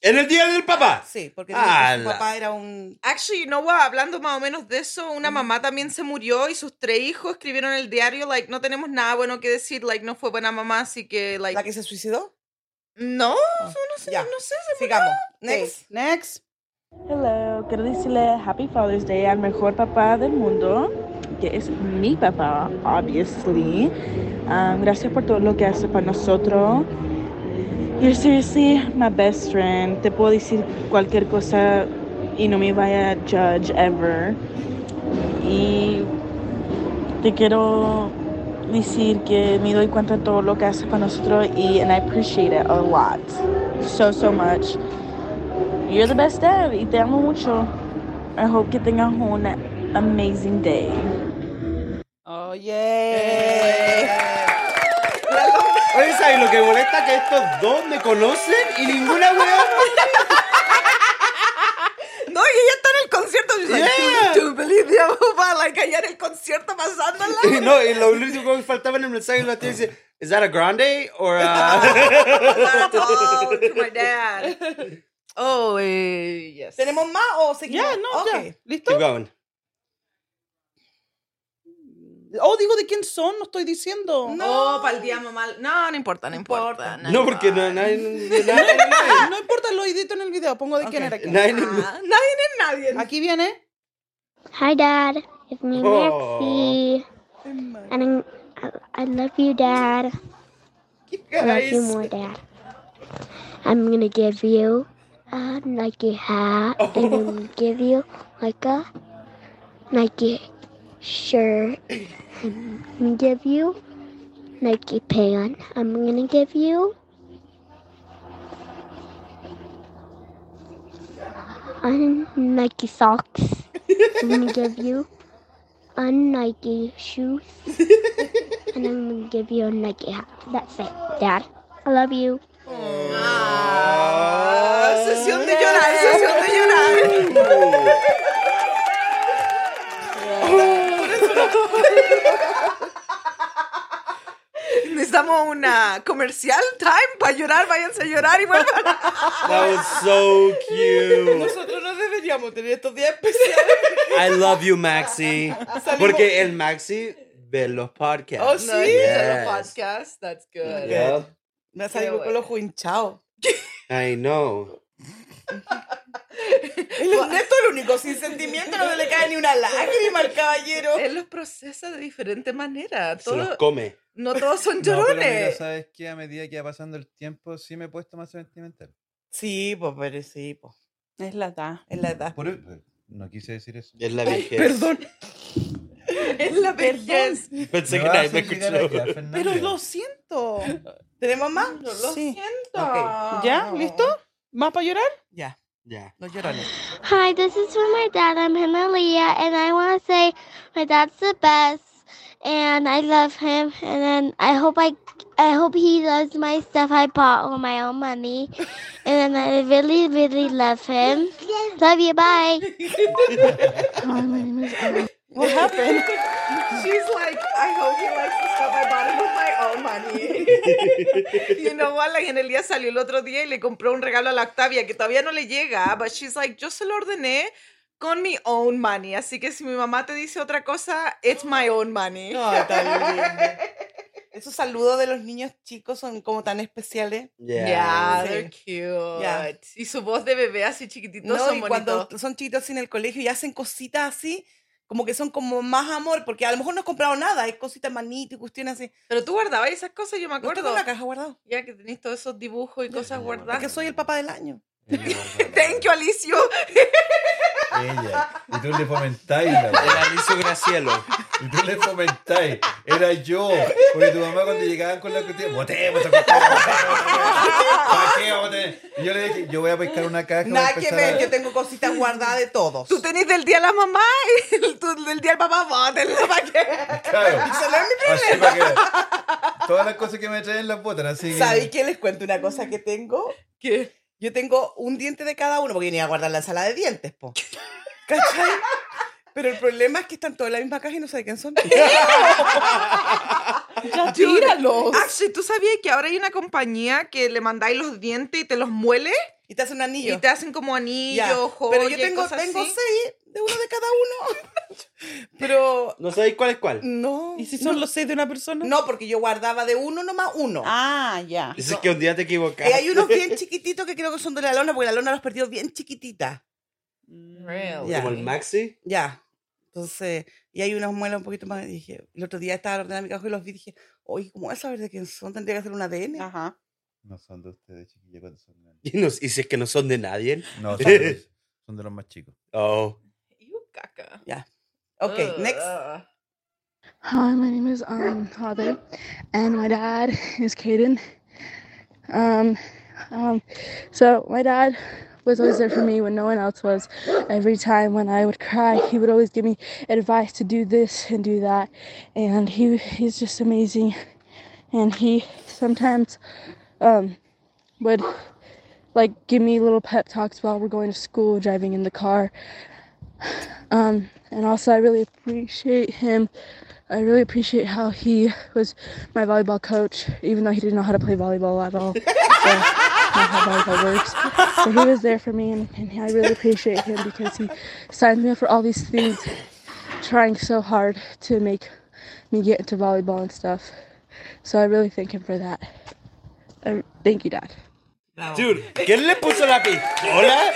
S2: En el día del papá.
S3: Sí, porque dijo que su
S2: ¡Hala!
S3: papá era un...
S1: Actually, no know what? Hablando más o menos de eso, una mamá también se murió y sus tres hijos escribieron en el diario, like, no tenemos nada bueno que decir, like, no fue buena mamá, así que, like,
S3: ¿La que se suicidó?
S1: no,
S3: Ah,
S1: fue una se-
S3: ya.
S1: no sé,
S3: Sigamos. Next.
S5: Sí. Next.
S7: Hello, quiero decirle Happy Father's Day al mejor papá del mundo, que es mi papá, obviously. Um, gracias por todo lo que hace para nosotros. You're seriously my best friend. Te puedo decir cualquier cosa y no me vaya a judge ever. Y te quiero decir que me doy cuenta de todo lo que hace para nosotros y and I appreciate it a lot. So, so much. You're the best dad y te amo mucho. I hope que tengas un amazing day.
S5: Oh,
S3: Eh,
S5: yeah.
S2: Oye, ¿sabes lo que molesta? Que estos dos me conocen y ninguna weón.
S1: no, no, y ella está en el concierto, she's like,
S2: Yeah.
S1: "Do you believe your papa?" like, allá en el concierto pasándola.
S2: No, y lo único que faltaba en el mensaje lo tiene dice, ¿Is that a grande? Or a...
S1: Oh, to my dad. Oh, eh, yes.
S3: ¿Tenemos más o seguimos?
S5: Ya, no,
S3: Ok.
S5: ya. ¿Listo?
S2: Keep going.
S5: Oh, digo de quién son, no estoy diciendo.
S1: No, para el Oh, día mamá. No, no importa, no importa.
S2: No, porque no, nadie... nadie-
S5: No, no importa, lo edito en el video, pongo de
S3: Ok.
S5: quién era quién.
S2: nadie-
S1: Ah, nadie es nadie.
S5: Aquí viene.
S8: Hi, Dad. It's me,
S2: Oh.
S8: Maxie. And I'm, I, I love you, Dad. I love you more, Dad. I'm gonna give you a Nike hat, and I'm gonna give you like a Nike shirt, and I'm gonna give you Nike pants. I'm gonna give you. a Nike socks. I'm gonna give you a Nike shoes.
S9: and I'm gonna give you a nugget hat. That's it, Dad. I love you.
S1: Ah, sesión de llorar, sesión de llorar. Necesitamos una comercial time para llorar, váyanse a llorar y vuelvan.
S2: That was so cute.
S3: Nosotros no deberíamos tener estos días especiales.
S2: I love you, Maxi. Porque el Maxi ve los podcasts.
S3: Oh, sí.
S1: No, he's on
S2: Yes.
S1: a podcast. That's good.
S2: Yeah.
S3: Me ha salido
S1: bueno.
S3: con los ojos hinchados.
S2: I know.
S3: El Ernesto es el único sin sentimiento, no le cae ni una lágrima al caballero.
S1: Él los procesa de diferente manera.
S2: Se los
S1: Todo,
S2: come.
S1: no todos son
S4: No, pero mira,
S1: llorones.
S4: ¿sabes qué? A medida que va pasando el tiempo, sí me he puesto más sentimental.
S3: Sí, pues, pero sí, pues.
S5: Es la edad.
S3: Es la edad.
S4: Por el- no quise decir eso.
S2: Es la vejez.
S3: Perdón.
S1: es la vejez.
S2: Pensé
S4: Me
S2: que
S4: vas a
S2: nadie me
S4: hacer llegar
S2: escuchó.
S4: allá, Fernanda.
S3: Pero lo siento. ¿Tenemos más?
S1: Lo
S3: Sí.
S1: siento.
S3: Ok.
S1: ¿Ya?
S3: ¿Listo?
S5: ¿Más para llorar?
S3: Ya,
S2: Ya.
S3: los llorones.
S9: Hi, this is from my dad. I'm him, Aaliyah, and I want to say my dad's the best, and I love him. And then I hope I, I hope he loves my stuff I bought with my own money, and then I really, really love him. Love you. Bye.
S3: What happened?
S1: She's like, I hope he likes the stuff I bought him with my own money. you know what? La Genelia salió el otro día y le compró un regalo a la Octavia que todavía no le llega, but she's like, yo se lo ordené con mi own money. Así que si mi mamá te dice otra cosa, it's my own money.
S3: Ay, tan lindo. Esos saludos de los niños chicos son como tan especiales.
S2: Yeah.
S1: Yeah,
S3: Sí.
S1: they're cute.
S3: Yeah.
S1: Y su voz de bebé así chiquitito
S3: No,
S1: son
S3: y cuando
S1: bonitos.
S3: son chiquitos en el colegio y hacen cositas así, como que son como más amor, porque a lo mejor no has comprado nada, hay cositas manito y cuestiones así.
S1: Pero tú guardabas esas cosas, yo
S3: No
S1: me acuerdo.
S3: tengo la caja guardada.
S1: Ya que tenés todos esos dibujos y cosas guardadas.
S3: Que soy el papá del año.
S1: Thank you, Alicio.
S4: Ella. Y tú le fomentáis. la wea.
S2: El Alicio Gracielo.
S4: Y tú le fomentáis. Era yo. Porque tu mamá cuando llegaban con la cuestión, botemos esa cuestión, botemos esa cuestión, botemos". Y yo le dije, yo voy a pescar una caja. voy a
S3: Nada que
S4: empezar
S3: ver,
S4: a-
S3: yo tengo cositas guardadas de todos.
S1: Tú tenés del día a la mamá y el- tú del día al papá, bótenlo para que.
S4: Claro. Así para que- Todas las cosas que me traen las botan, así que-
S3: ¿Sabéis qué les cuento una cosa que tengo?
S1: ¿Qué?
S3: Yo tengo un diente de cada uno, porque yo no iba a guardar la sala de dientes, po. ¿Cachai? Pero el problema es que están todos en la misma caja y no sé de quién son.
S5: ¡Ya tíralos!
S3: Pues
S1: Actually, Ah, ¿tú sabías que ahora hay una compañía que le mandáis los dientes y te los muele?
S3: Y te hacen un
S1: Y
S3: anillo.
S1: te hacen como anillo,
S3: Ya,
S1: joya
S3: Pero yo
S1: y
S3: tengo,
S1: cosas
S3: tengo
S1: así.
S3: seis de uno de cada uno. Pero
S2: ¿No sabéis cuál es cuál?
S3: no.
S5: ¿Y si son los seis de una persona?
S3: No, porque yo guardaba de uno nomás uno.
S5: Ah, ya.
S2: Dices que un día te
S3: Y
S2: equivocaste.
S3: hay unos bien chiquititos que creo que son de la lona, porque la lona los perdió bien chiquitita.
S1: Really?
S3: Ya.
S2: Como el Maxi.
S3: Ya. Entonces, y hay unos muelas un poquito más. y dije, el otro día estaba ordenando mi caja y los vi y dije, oye, ¿cómo voy a saber de quién son? Tendría que hacer un ADN.
S5: Ajá.
S4: No son de ustedes, chiquillos, cuando son grandes.
S2: Y, nos, y si es que no son de nadie.
S4: No, son de, los- son de los más chicos.
S2: Oh.
S1: You caca.
S3: Ok,
S1: Ugh.
S3: next.
S10: Hi, my name is um Javier, and my dad is Caden. Um, um, so my dad was always there for me when no one else was. Every time when I would cry, he would always give me advice to do this and do that, and he he's just amazing. And he sometimes um would like give me little pep talks while we're going to school, driving in the car. Um, and also I really appreciate him I really appreciate how he was my volleyball coach, even though he didn't know how to play volleyball at all. So, not how volleyball works. So he was there for me, and, and I really appreciate him because he signed me up for all these things, trying so hard to make me get into volleyball and stuff. So I really thank him for that. Um, thank you, Dad.
S2: Dude, ¿quién le puso la pistola?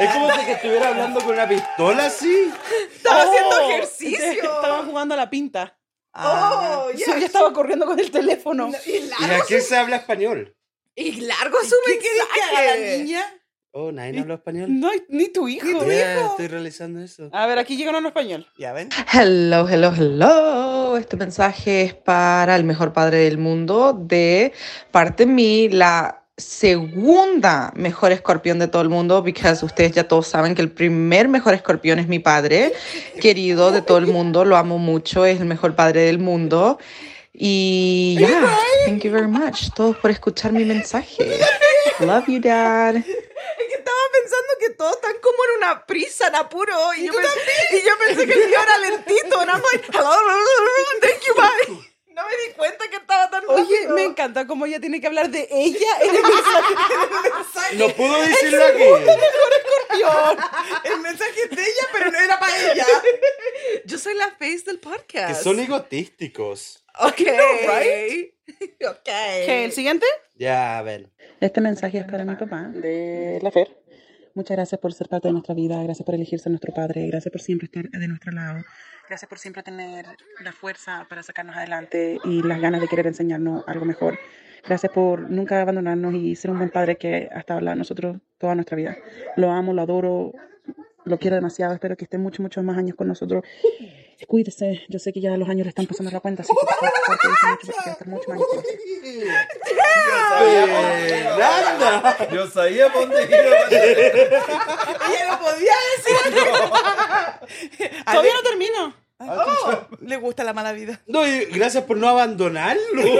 S2: Es como si que estuviera hablando con una pistola así.
S1: Estaba
S5: Oh,
S1: haciendo
S5: Estaba
S1: ejercicio.
S5: jugando a la pinta.
S3: Ah,
S1: Oh,
S5: Yo
S1: yeah.
S5: estaba corriendo con el teléfono.
S1: Y
S2: ¿Y
S1: largo,
S2: aquí se habla español?
S1: y largo su
S3: ¿Qué querés que haga la
S1: mensaje.
S3: niña?
S2: Oh, nadie no habla español.
S5: No, ni tu hijo.
S2: Ya, estoy realizando eso.
S5: A ver, aquí llega uno en español.
S3: Ya ven.
S11: Hello, hello, hello. Este mensaje es para el mejor padre del mundo de parte de mí, la segunda mejor escorpión de todo el mundo, because ustedes ya todos saben que el primer mejor escorpión es mi padre, querido de todo el mundo, lo amo mucho, es el mejor padre del mundo.
S12: Y ya, thank you very much. Todos por escuchar mi mensaje. Love you, dad.
S1: Es que estaba pensando que todos están como en una prisa, en apuro. Y, yo, pensé, y yo pensé que el mío era lentito. And I'm like, hello, thank you, bye. No me di cuenta que estaba tan
S5: Oye,
S1: rápido.
S5: me encanta cómo ella tiene que hablar de ella en el mensaje.
S2: No pudo decirlo aquí.
S5: Escorpión. El mensaje es de ella, pero no era para ella.
S1: Yo soy la face del podcast.
S2: Que son egotísticos.
S1: Ok.
S5: right?
S1: Ok.
S5: ¿Qué, ¿El siguiente?
S2: Ya, a ver.
S10: Este mensaje es para mi papá, de la FER. Muchas gracias por ser parte de nuestra vida, gracias por elegir ser nuestro padre, gracias por siempre estar de nuestro lado, gracias por siempre tener la fuerza para sacarnos adelante y las ganas de querer enseñarnos algo mejor. Gracias por nunca abandonarnos y ser un buen padre que ha estado al lado de nosotros toda nuestra vida. Lo amo, lo adoro, lo quiero demasiado, espero que esté muchos, muchos más años con nosotros. Cuídese, yo sé que ya los años le están pasando la cuenta, así que por favor, cuídese mucho porque va a estar mucho más años con nosotros.
S2: Fernanda.
S4: Yo sabía por dónde iba.
S5: Ella no podía decir. Todavía no termino. Le gusta la mala vida.
S2: No, y gracias por no abandonarlo.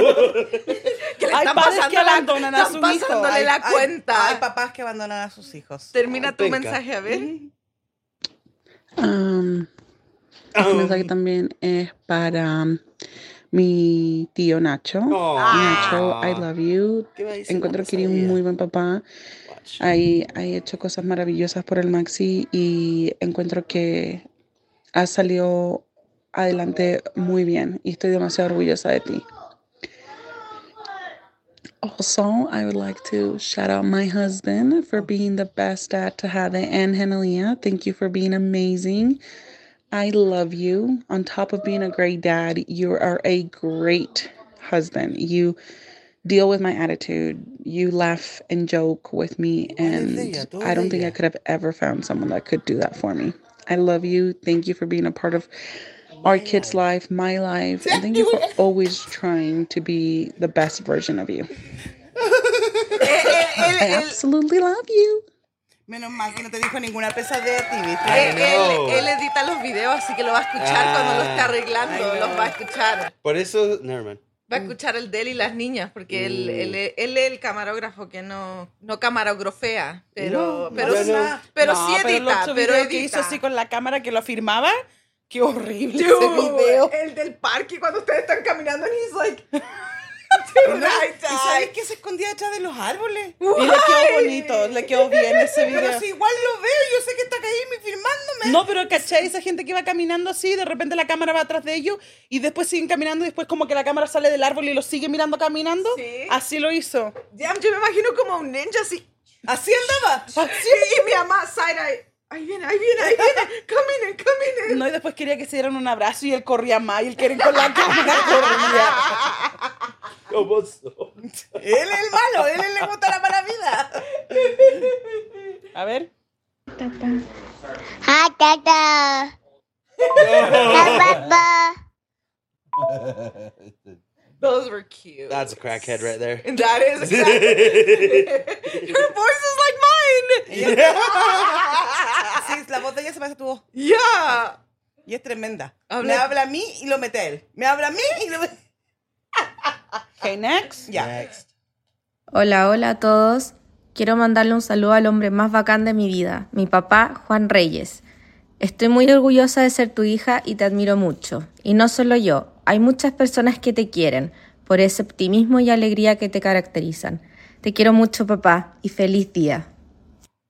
S1: Que le
S5: Hay
S1: están
S5: padres
S1: pasando
S5: que
S1: la-
S5: abandonan a
S1: están
S5: sus hijos.
S1: pasándole
S5: Hay-
S1: la
S5: hay-
S1: cuenta.
S3: Hay papás que abandonan a sus hijos.
S1: Termina tu
S2: Venga.
S1: mensaje, a ver.
S10: Um, este mensaje también es para um, mi tío Nacho.
S2: Oh.
S5: Ah.
S10: Nacho, I love you. Encuentro que eres un muy buen papá. Hay, hay hecho cosas maravillosas por el Maxi y encuentro que has salido adelante muy bien y estoy demasiado orgullosa de ti. Also, I would like to shout out my husband for being the best dad to have it and Henelia. Thank you for being amazing. I love you. On top of being a great dad, you are a great husband. You deal with my attitude. You laugh and joke with me. And I don't think I could have ever found someone that could do that for me. I love you. Thank you for being a part of our kids' life, my life. And thank you for always trying to be the best version of you.
S1: Eh, eh, él-
S10: I
S1: él-
S10: absolutely love you.
S3: Menos mal que no te dijo ninguna pesadilla a ti, ¿viste?
S2: I
S1: él-
S2: know.
S1: él- él edita los videos, así que lo va a escuchar
S2: Ah.
S1: cuando lo está arreglando. Los va a escuchar.
S2: Por eso, Norman.
S1: Va a escuchar el de él y las niñas, porque él,
S2: Mm.
S1: él, es- él es el camarógrafo que no, no camarografea, pero,
S2: No,
S1: pero,
S2: no,
S1: pero,
S2: no.
S1: sí edita.
S5: pero el otro
S1: Pero,
S5: video
S1: edita.
S5: que hizo así con la cámara que lo afirmaba, qué horrible ese
S1: Dude,
S5: video.
S1: El del parque cuando ustedes están caminando y he's like,
S3: ¿Y
S1: dude, I
S3: sabes- ¿Y sabes
S1: died.
S3: que se escondía detrás de los árboles?
S5: Y le quedó bonito, le quedó bien ese video.
S3: Pero si igual lo veo, yo sé que está Caimi firmándome.
S5: No, pero ¿cachai? Esa gente que va caminando así, de repente la cámara va atrás de ellos y después siguen caminando y después como que la cámara sale del árbol y los sigue mirando caminando.
S1: Sí.
S5: Así lo hizo.
S1: Ya, yo me imagino como un ninja así.
S3: Así andaba.
S1: Y, y mi mamá, Zaira, ahí viene, ahí viene, ahí viene, caminen, caminen.
S5: No, y después quería que se dieran un abrazo y él corría más y él quería ir con la cámara corría.
S2: ¿Cómo son?
S3: Él es el malo, él le gusta la mala vida.
S5: A ver.
S13: Papa. Hi, Dada. Hi,
S1: Those were cute.
S2: That's a crackhead right there.
S1: And that is exactly. Your voice is like mine.
S3: Sí, la voz de ella se parece a tu voz.
S1: Yeah.
S3: Y es tremenda.
S1: Habla-
S3: Me habla a mí y lo mete a él. Me habla a mí y lo mete.
S5: Okay, next.
S3: Ya.
S14: Hola, hola a todos. Quiero mandarle un saludo al hombre más bacán de mi vida, mi papá Juan Reyes. Estoy muy orgullosa de ser tu hija y te admiro mucho. Y no solo yo, hay muchas personas que te quieren por ese optimismo y alegría que te caracterizan. Te quiero mucho, papá, y feliz día.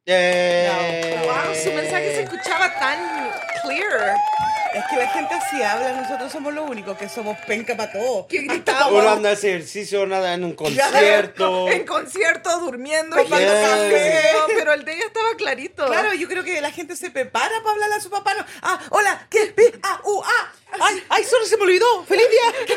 S2: Yay.
S1: Wow, su mensaje se escuchaba tan clear.
S3: Es que la gente así habla, nosotros somos los únicos que somos penca para todo.
S1: Que
S2: Uno
S1: gritaba.
S2: anda a hacer ejercicio, nada en un concierto.
S1: En concierto, durmiendo,
S2: Tomando
S1: tomando
S2: café.
S1: café. Pero el de ella estaba clarito.
S3: Claro, yo creo que la gente se prepara para hablarle a su papá. No. Ah, hola, ¿qué? Pi, ah, uh, ah.
S5: Ay, ay, solo se me olvidó. ¡Feliz día!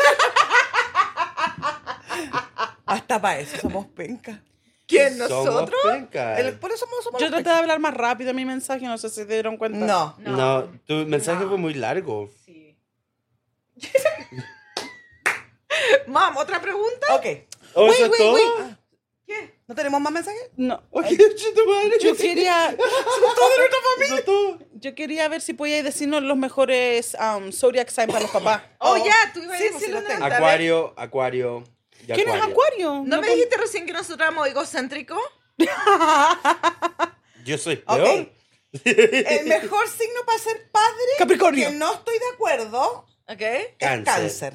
S3: Hasta para eso somos penca.
S1: ¿Quién?
S2: Somos
S1: ¿Nosotros?
S2: pencas.
S3: El- por eso somos, somos
S5: Yo
S3: los
S5: traté de hablar más rápido mi mensaje, no sé si se dieron
S3: pencas.
S5: cuenta.
S3: No.
S2: No, tu mensaje fue muy largo.
S1: Mam, ¿otra pregunta?
S3: Ok.
S2: ¿O eso
S5: wait,
S2: es todo?
S5: wait.
S3: ¿No tenemos más mensajes?
S5: No.
S2: Oye, chuta madre.
S5: Yo quería.
S2: ¿Eso es todo?
S5: Yo quería ver si podíais decirnos los mejores um, Zodiac sign para los papás.
S1: Oh, ya, tú ibas a
S5: Sí,
S1: decir
S5: sí, lo
S1: una-
S5: tengo.
S2: Acuario, Acuario. y
S5: ¿Quién es Acuario?
S1: ¿No, me dijiste recién que nosotros éramos egocéntricos?
S2: Yo soy
S3: Ok.
S2: peor.
S3: El mejor signo para ser padre,
S5: Capricornio.
S3: que no estoy de acuerdo,
S1: ¿Ok?
S3: es cáncer.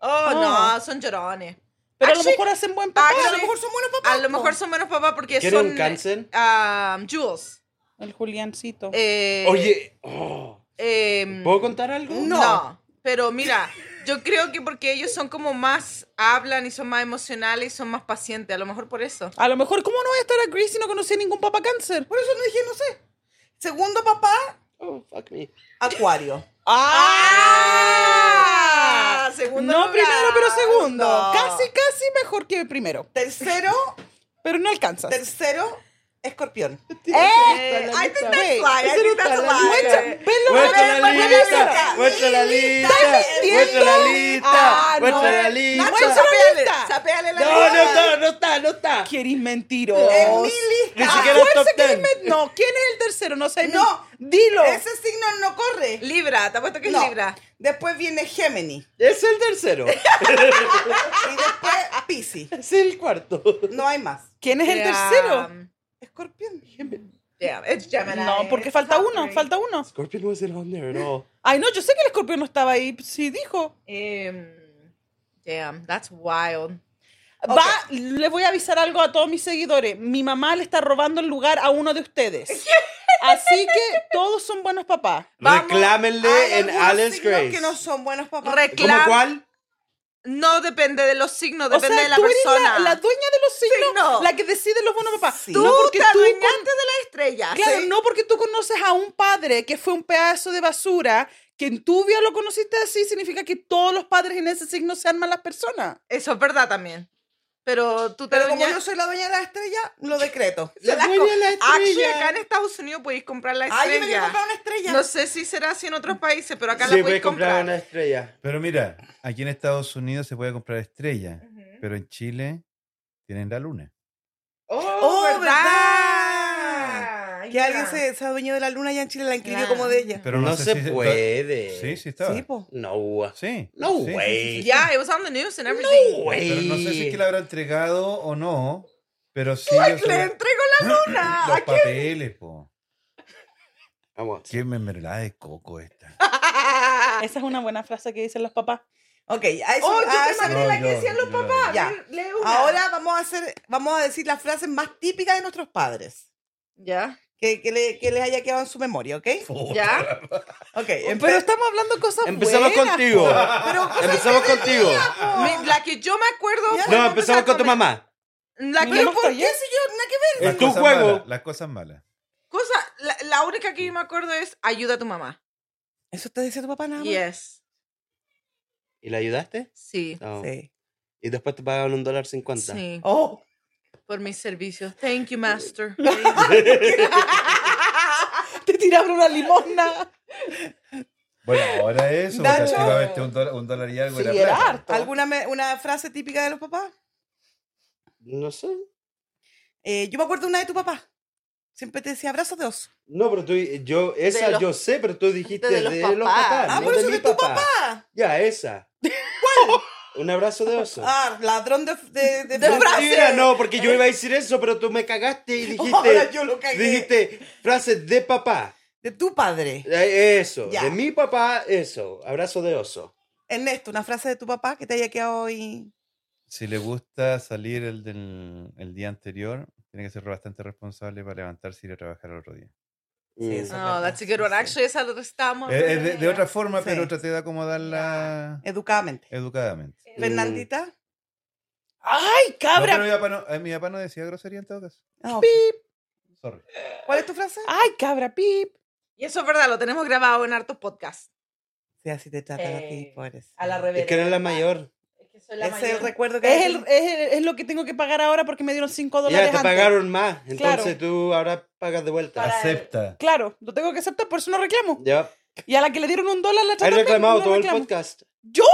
S1: Oh,
S5: Ah.
S1: no, son llorones.
S5: Pero a lo
S1: Actually-
S5: mejor hacen buen papá.
S1: actually-
S3: A lo mejor son buenos papás.
S1: A lo mejor son menos papás porque
S2: ¿Quieres
S1: son...
S2: un cáncer?
S1: ah, Jules.
S5: El Juliancito.
S1: Eh,
S2: Oye, oh,
S1: em,
S2: ¿puedo contar algo?
S1: no. Pero mira, yo creo que porque ellos son como más... Hablan y son más emocionales y son más pacientes. A lo mejor por eso.
S5: A lo mejor, ¿cómo no voy a estar a Grace si no conocí a ningún papá cáncer?
S3: Por eso no dije, no sé. Segundo papá,
S2: Oh, fuck me.
S3: acuario.
S1: ¡Ah! Segundo
S5: no
S1: lugar.
S5: primero, pero segundo.
S1: No.
S5: Casi, casi mejor que primero.
S3: Tercero,
S5: Pero no alcanzas.
S3: tercero, escorpión.
S1: Eh,
S5: Está la
S1: I think
S5: lista.
S1: that's
S5: Güey,
S1: lying. I
S5: ese
S1: think
S5: no está
S1: that's
S5: la lista.
S1: lying.
S5: Velo,
S3: pues,
S2: Muestra la
S5: velo, velo,
S2: lista,
S5: velo.
S2: muestra la lista, muestra
S5: mintiendo?
S2: la lista,
S1: Ah, no.
S2: muestra la
S1: Nacho,
S5: Muestra
S2: lista.
S5: la
S1: sapeale,
S5: lista.
S1: sapeale la
S2: No, no
S1: lista.
S2: está, no está, no está.
S5: Querís
S3: En
S5: mentiroso.
S3: mi lista.
S2: Ni siquiera es top
S5: Fuerza que
S2: 10.
S5: me- No, ¿quién es el tercero? No sé.
S3: No.
S5: dilo.
S3: Ese signo no corre.
S1: Libra, te apuesto que es
S3: No.
S1: Libra.
S3: Después viene Géminis.
S2: Es el tercero,
S3: Y después Piscis.
S2: es el cuarto.
S3: No hay más.
S5: ¿Quién es el tercero?
S1: Damn.
S3: Escorpión.
S1: Damn, it's Gemini.
S5: No, porque falta
S1: It's
S5: uno,
S1: Mercury.
S5: falta uno.
S2: Scorpion wasn't on there at all.
S5: Ay, no, yo sé que el escorpión no estaba ahí. Sí, dijo.
S1: Em, damn, that's wild.
S5: Va, les voy a avisar algo a todos mis seguidores. Mi mamá le está robando el lugar a uno de ustedes. Así que todos son buenos papás.
S1: Vamos.
S2: Reclámenle
S3: Hay
S2: en
S3: algunos
S2: Alice
S3: signos
S2: Grace.
S3: que no son buenos papás.
S2: ¿Cómo
S1: Reclam-
S2: cuál?
S1: No depende de los signos,
S5: O
S1: depende
S5: sea,
S1: de la
S5: tú eres
S1: persona.
S5: la, la dueña de los signos,
S1: Signo.
S5: la que decide los buenos papás.
S3: Sí.
S1: Tú
S5: No porque
S1: te
S5: tú
S1: adueñaste de
S5: con-
S1: la estrella.
S5: Claro,
S1: ¿sí?
S5: no porque tú conoces a un padre que fue un pedazo de basura, que en tu vida lo conociste así, significa que todos los padres en ese signo sean malas personas.
S1: Eso es verdad también. Pero tú te
S3: Pero como
S1: adueñas-
S3: yo soy la dueña de la estrella, lo decreto.
S1: Se las
S2: dueña de la
S1: co- Actually,
S2: estrella.
S1: acá en Estados Unidos podéis comprar la
S3: Ay, yo me quiero
S1: estrella.
S3: comprar una estrella.
S1: No sé si será así en otros países, pero acá
S2: Sí,
S1: la
S2: voy a
S1: podéis
S2: comprar
S1: comprar.
S2: una estrella.
S4: Pero mira, aquí en Estados Unidos se puede comprar estrella, pero en Chile tienen la luna.
S1: Oh,
S3: Oh,
S1: verdad.
S3: Que
S1: Mira.
S3: alguien se, se adueñó de la luna allá en Chile, la inscribió
S1: Claro.
S3: como de ella.
S4: Pero no,
S2: no
S4: sé
S2: se
S4: si
S2: puede.
S4: Sí, sí estaba.
S3: Sí,
S4: Sí,
S3: po.
S2: No.
S4: sí.
S2: No
S4: sí, sí,
S2: way.
S4: sí, sí.
S1: Yeah, it was on the news and everything.
S4: Pero no sé si es que la habrá entregado o no, pero sí. yo sé-
S1: Le entrego la luna.
S4: Los papeles, po.
S2: Vamos.
S4: Qué mermelada de coco esta.
S5: Ah, Esa es una buena frase que dicen los papás.
S3: Ok, a eso,
S1: Oh, yo
S3: a
S1: te
S3: eso-
S1: imaginé
S4: No,
S1: la que
S4: yo-
S1: decían los
S4: yo la-
S1: papás.
S3: Ya.
S1: Lee- lee una.
S3: ahora vamos a hacer, vamos a decir las frases más típicas de nuestros padres.
S1: Ya.
S3: Que, que, le- que les haya quedado en su memoria, ¿ok?
S2: Oh.
S1: Ya. Em,
S3: Ok, empe-
S5: Pero estamos hablando cosas
S2: Empezamos
S5: buenas,
S2: contigo.
S3: pero
S2: Empezamos contigo.
S1: Mi- la que yo me acuerdo.
S3: Ya.
S1: fue
S2: No,
S1: cuando
S2: empezamos
S1: empecé a
S2: con tu
S1: comer.
S2: mamá.
S1: La
S5: Mi
S1: que
S5: mamá
S1: por
S5: está
S1: qué
S5: allá.
S1: si yo nada que ver.
S4: Las
S2: Es tu
S4: cosas
S2: juego.
S4: malas, las cosas malas.
S1: Cosa, la, la única que yo me acuerdo es ayuda a tu mamá.
S3: ¿Eso te decía tu papá nada más?
S1: Yes.
S2: ¿Y la ayudaste?
S1: Sí.
S2: No.
S3: Sí.
S2: Y después te pagaban un dólar cincuenta.
S1: Sí.
S3: Oh,
S1: Por mis servicios. Thank you, master.
S5: Te tiraron una limosna.
S4: Bueno, ahora eso, porque
S3: Nacho.
S4: antiguamente un dólar, un dólar y algo
S5: Sí,
S4: era
S5: era
S4: plata.
S5: harto.
S3: ¿alguna me- una frase típica de los papás?
S2: No sé.
S3: Eh, yo me acuerdo una de tu papá. Siempre te decía abrazos de oso.
S2: No, pero tú, yo, esa
S1: De los-
S2: yo sé, pero tú dijiste
S1: de
S2: de,
S1: los
S2: los
S1: papás.
S2: papás.
S3: Ah,
S2: no
S3: por eso
S2: de mi
S3: de tu
S2: papá.
S3: papá.
S2: Ya, esa. Un abrazo de oso.
S3: Ah, ladrón de, de, de, frases.
S2: Mentira, no, porque yo iba a decir eso, pero tú me cagaste y
S3: Ahora
S2: dijiste,
S3: yo lo cagué.
S2: dijiste frases de papá.
S3: De tu padre.
S2: Eh, Eso,
S3: Ya.
S2: de mi papá, eso. Abrazo de oso.
S3: Ernesto, una frase de tu papá que te haya quedado hoy.
S4: Si le gusta salir el, del, el día anterior, tiene que ser bastante responsable para levantarse y ir a trabajar al otro día.
S2: Mm.
S3: eso.
S1: No, that's a good one. Actually, esa la estábamos.
S4: Eh, eh, de, de otra forma,
S3: Sí.
S4: pero traté de acomodarla
S3: Educadamente.
S4: educadamente.
S2: Mm.
S3: Fernandita.
S5: Eh, ¡Ay,
S4: No,
S5: cabra!
S4: pero mi papá no, eh, mi papá no decía grosería en todo caso.
S3: Ah, ok.
S4: Sorry.
S3: ¿Cuál es tu frase?
S5: ¡Ay, cabra, pip!
S1: Y eso es verdad, lo tenemos grabado en hartos podcasts.
S3: Sí, así te tratan a ti,
S1: Eh,
S3: pobres.
S1: A la
S2: Es
S1: revés.
S2: que era
S3: Ah,
S2: la mayor.
S1: Es que soy la
S3: Ese es el
S1: mayor.
S3: recuerdo que
S5: Es,
S3: hay
S5: el- es, el- es lo que tengo que pagar ahora porque me dieron 5 dólares
S2: Ya, te
S5: antes.
S2: pagaron más.
S5: Claro.
S2: Entonces tú ahora pagas de vuelta.
S1: Para-
S4: Acepta.
S5: Claro, lo tengo que aceptar, por eso no reclamo.
S2: Ya.
S5: Y a la que le dieron un dólar la
S2: Has
S5: trataron.
S2: reclamado
S5: no
S2: todo el
S5: reclamo.
S2: podcast.
S5: ¿Yo?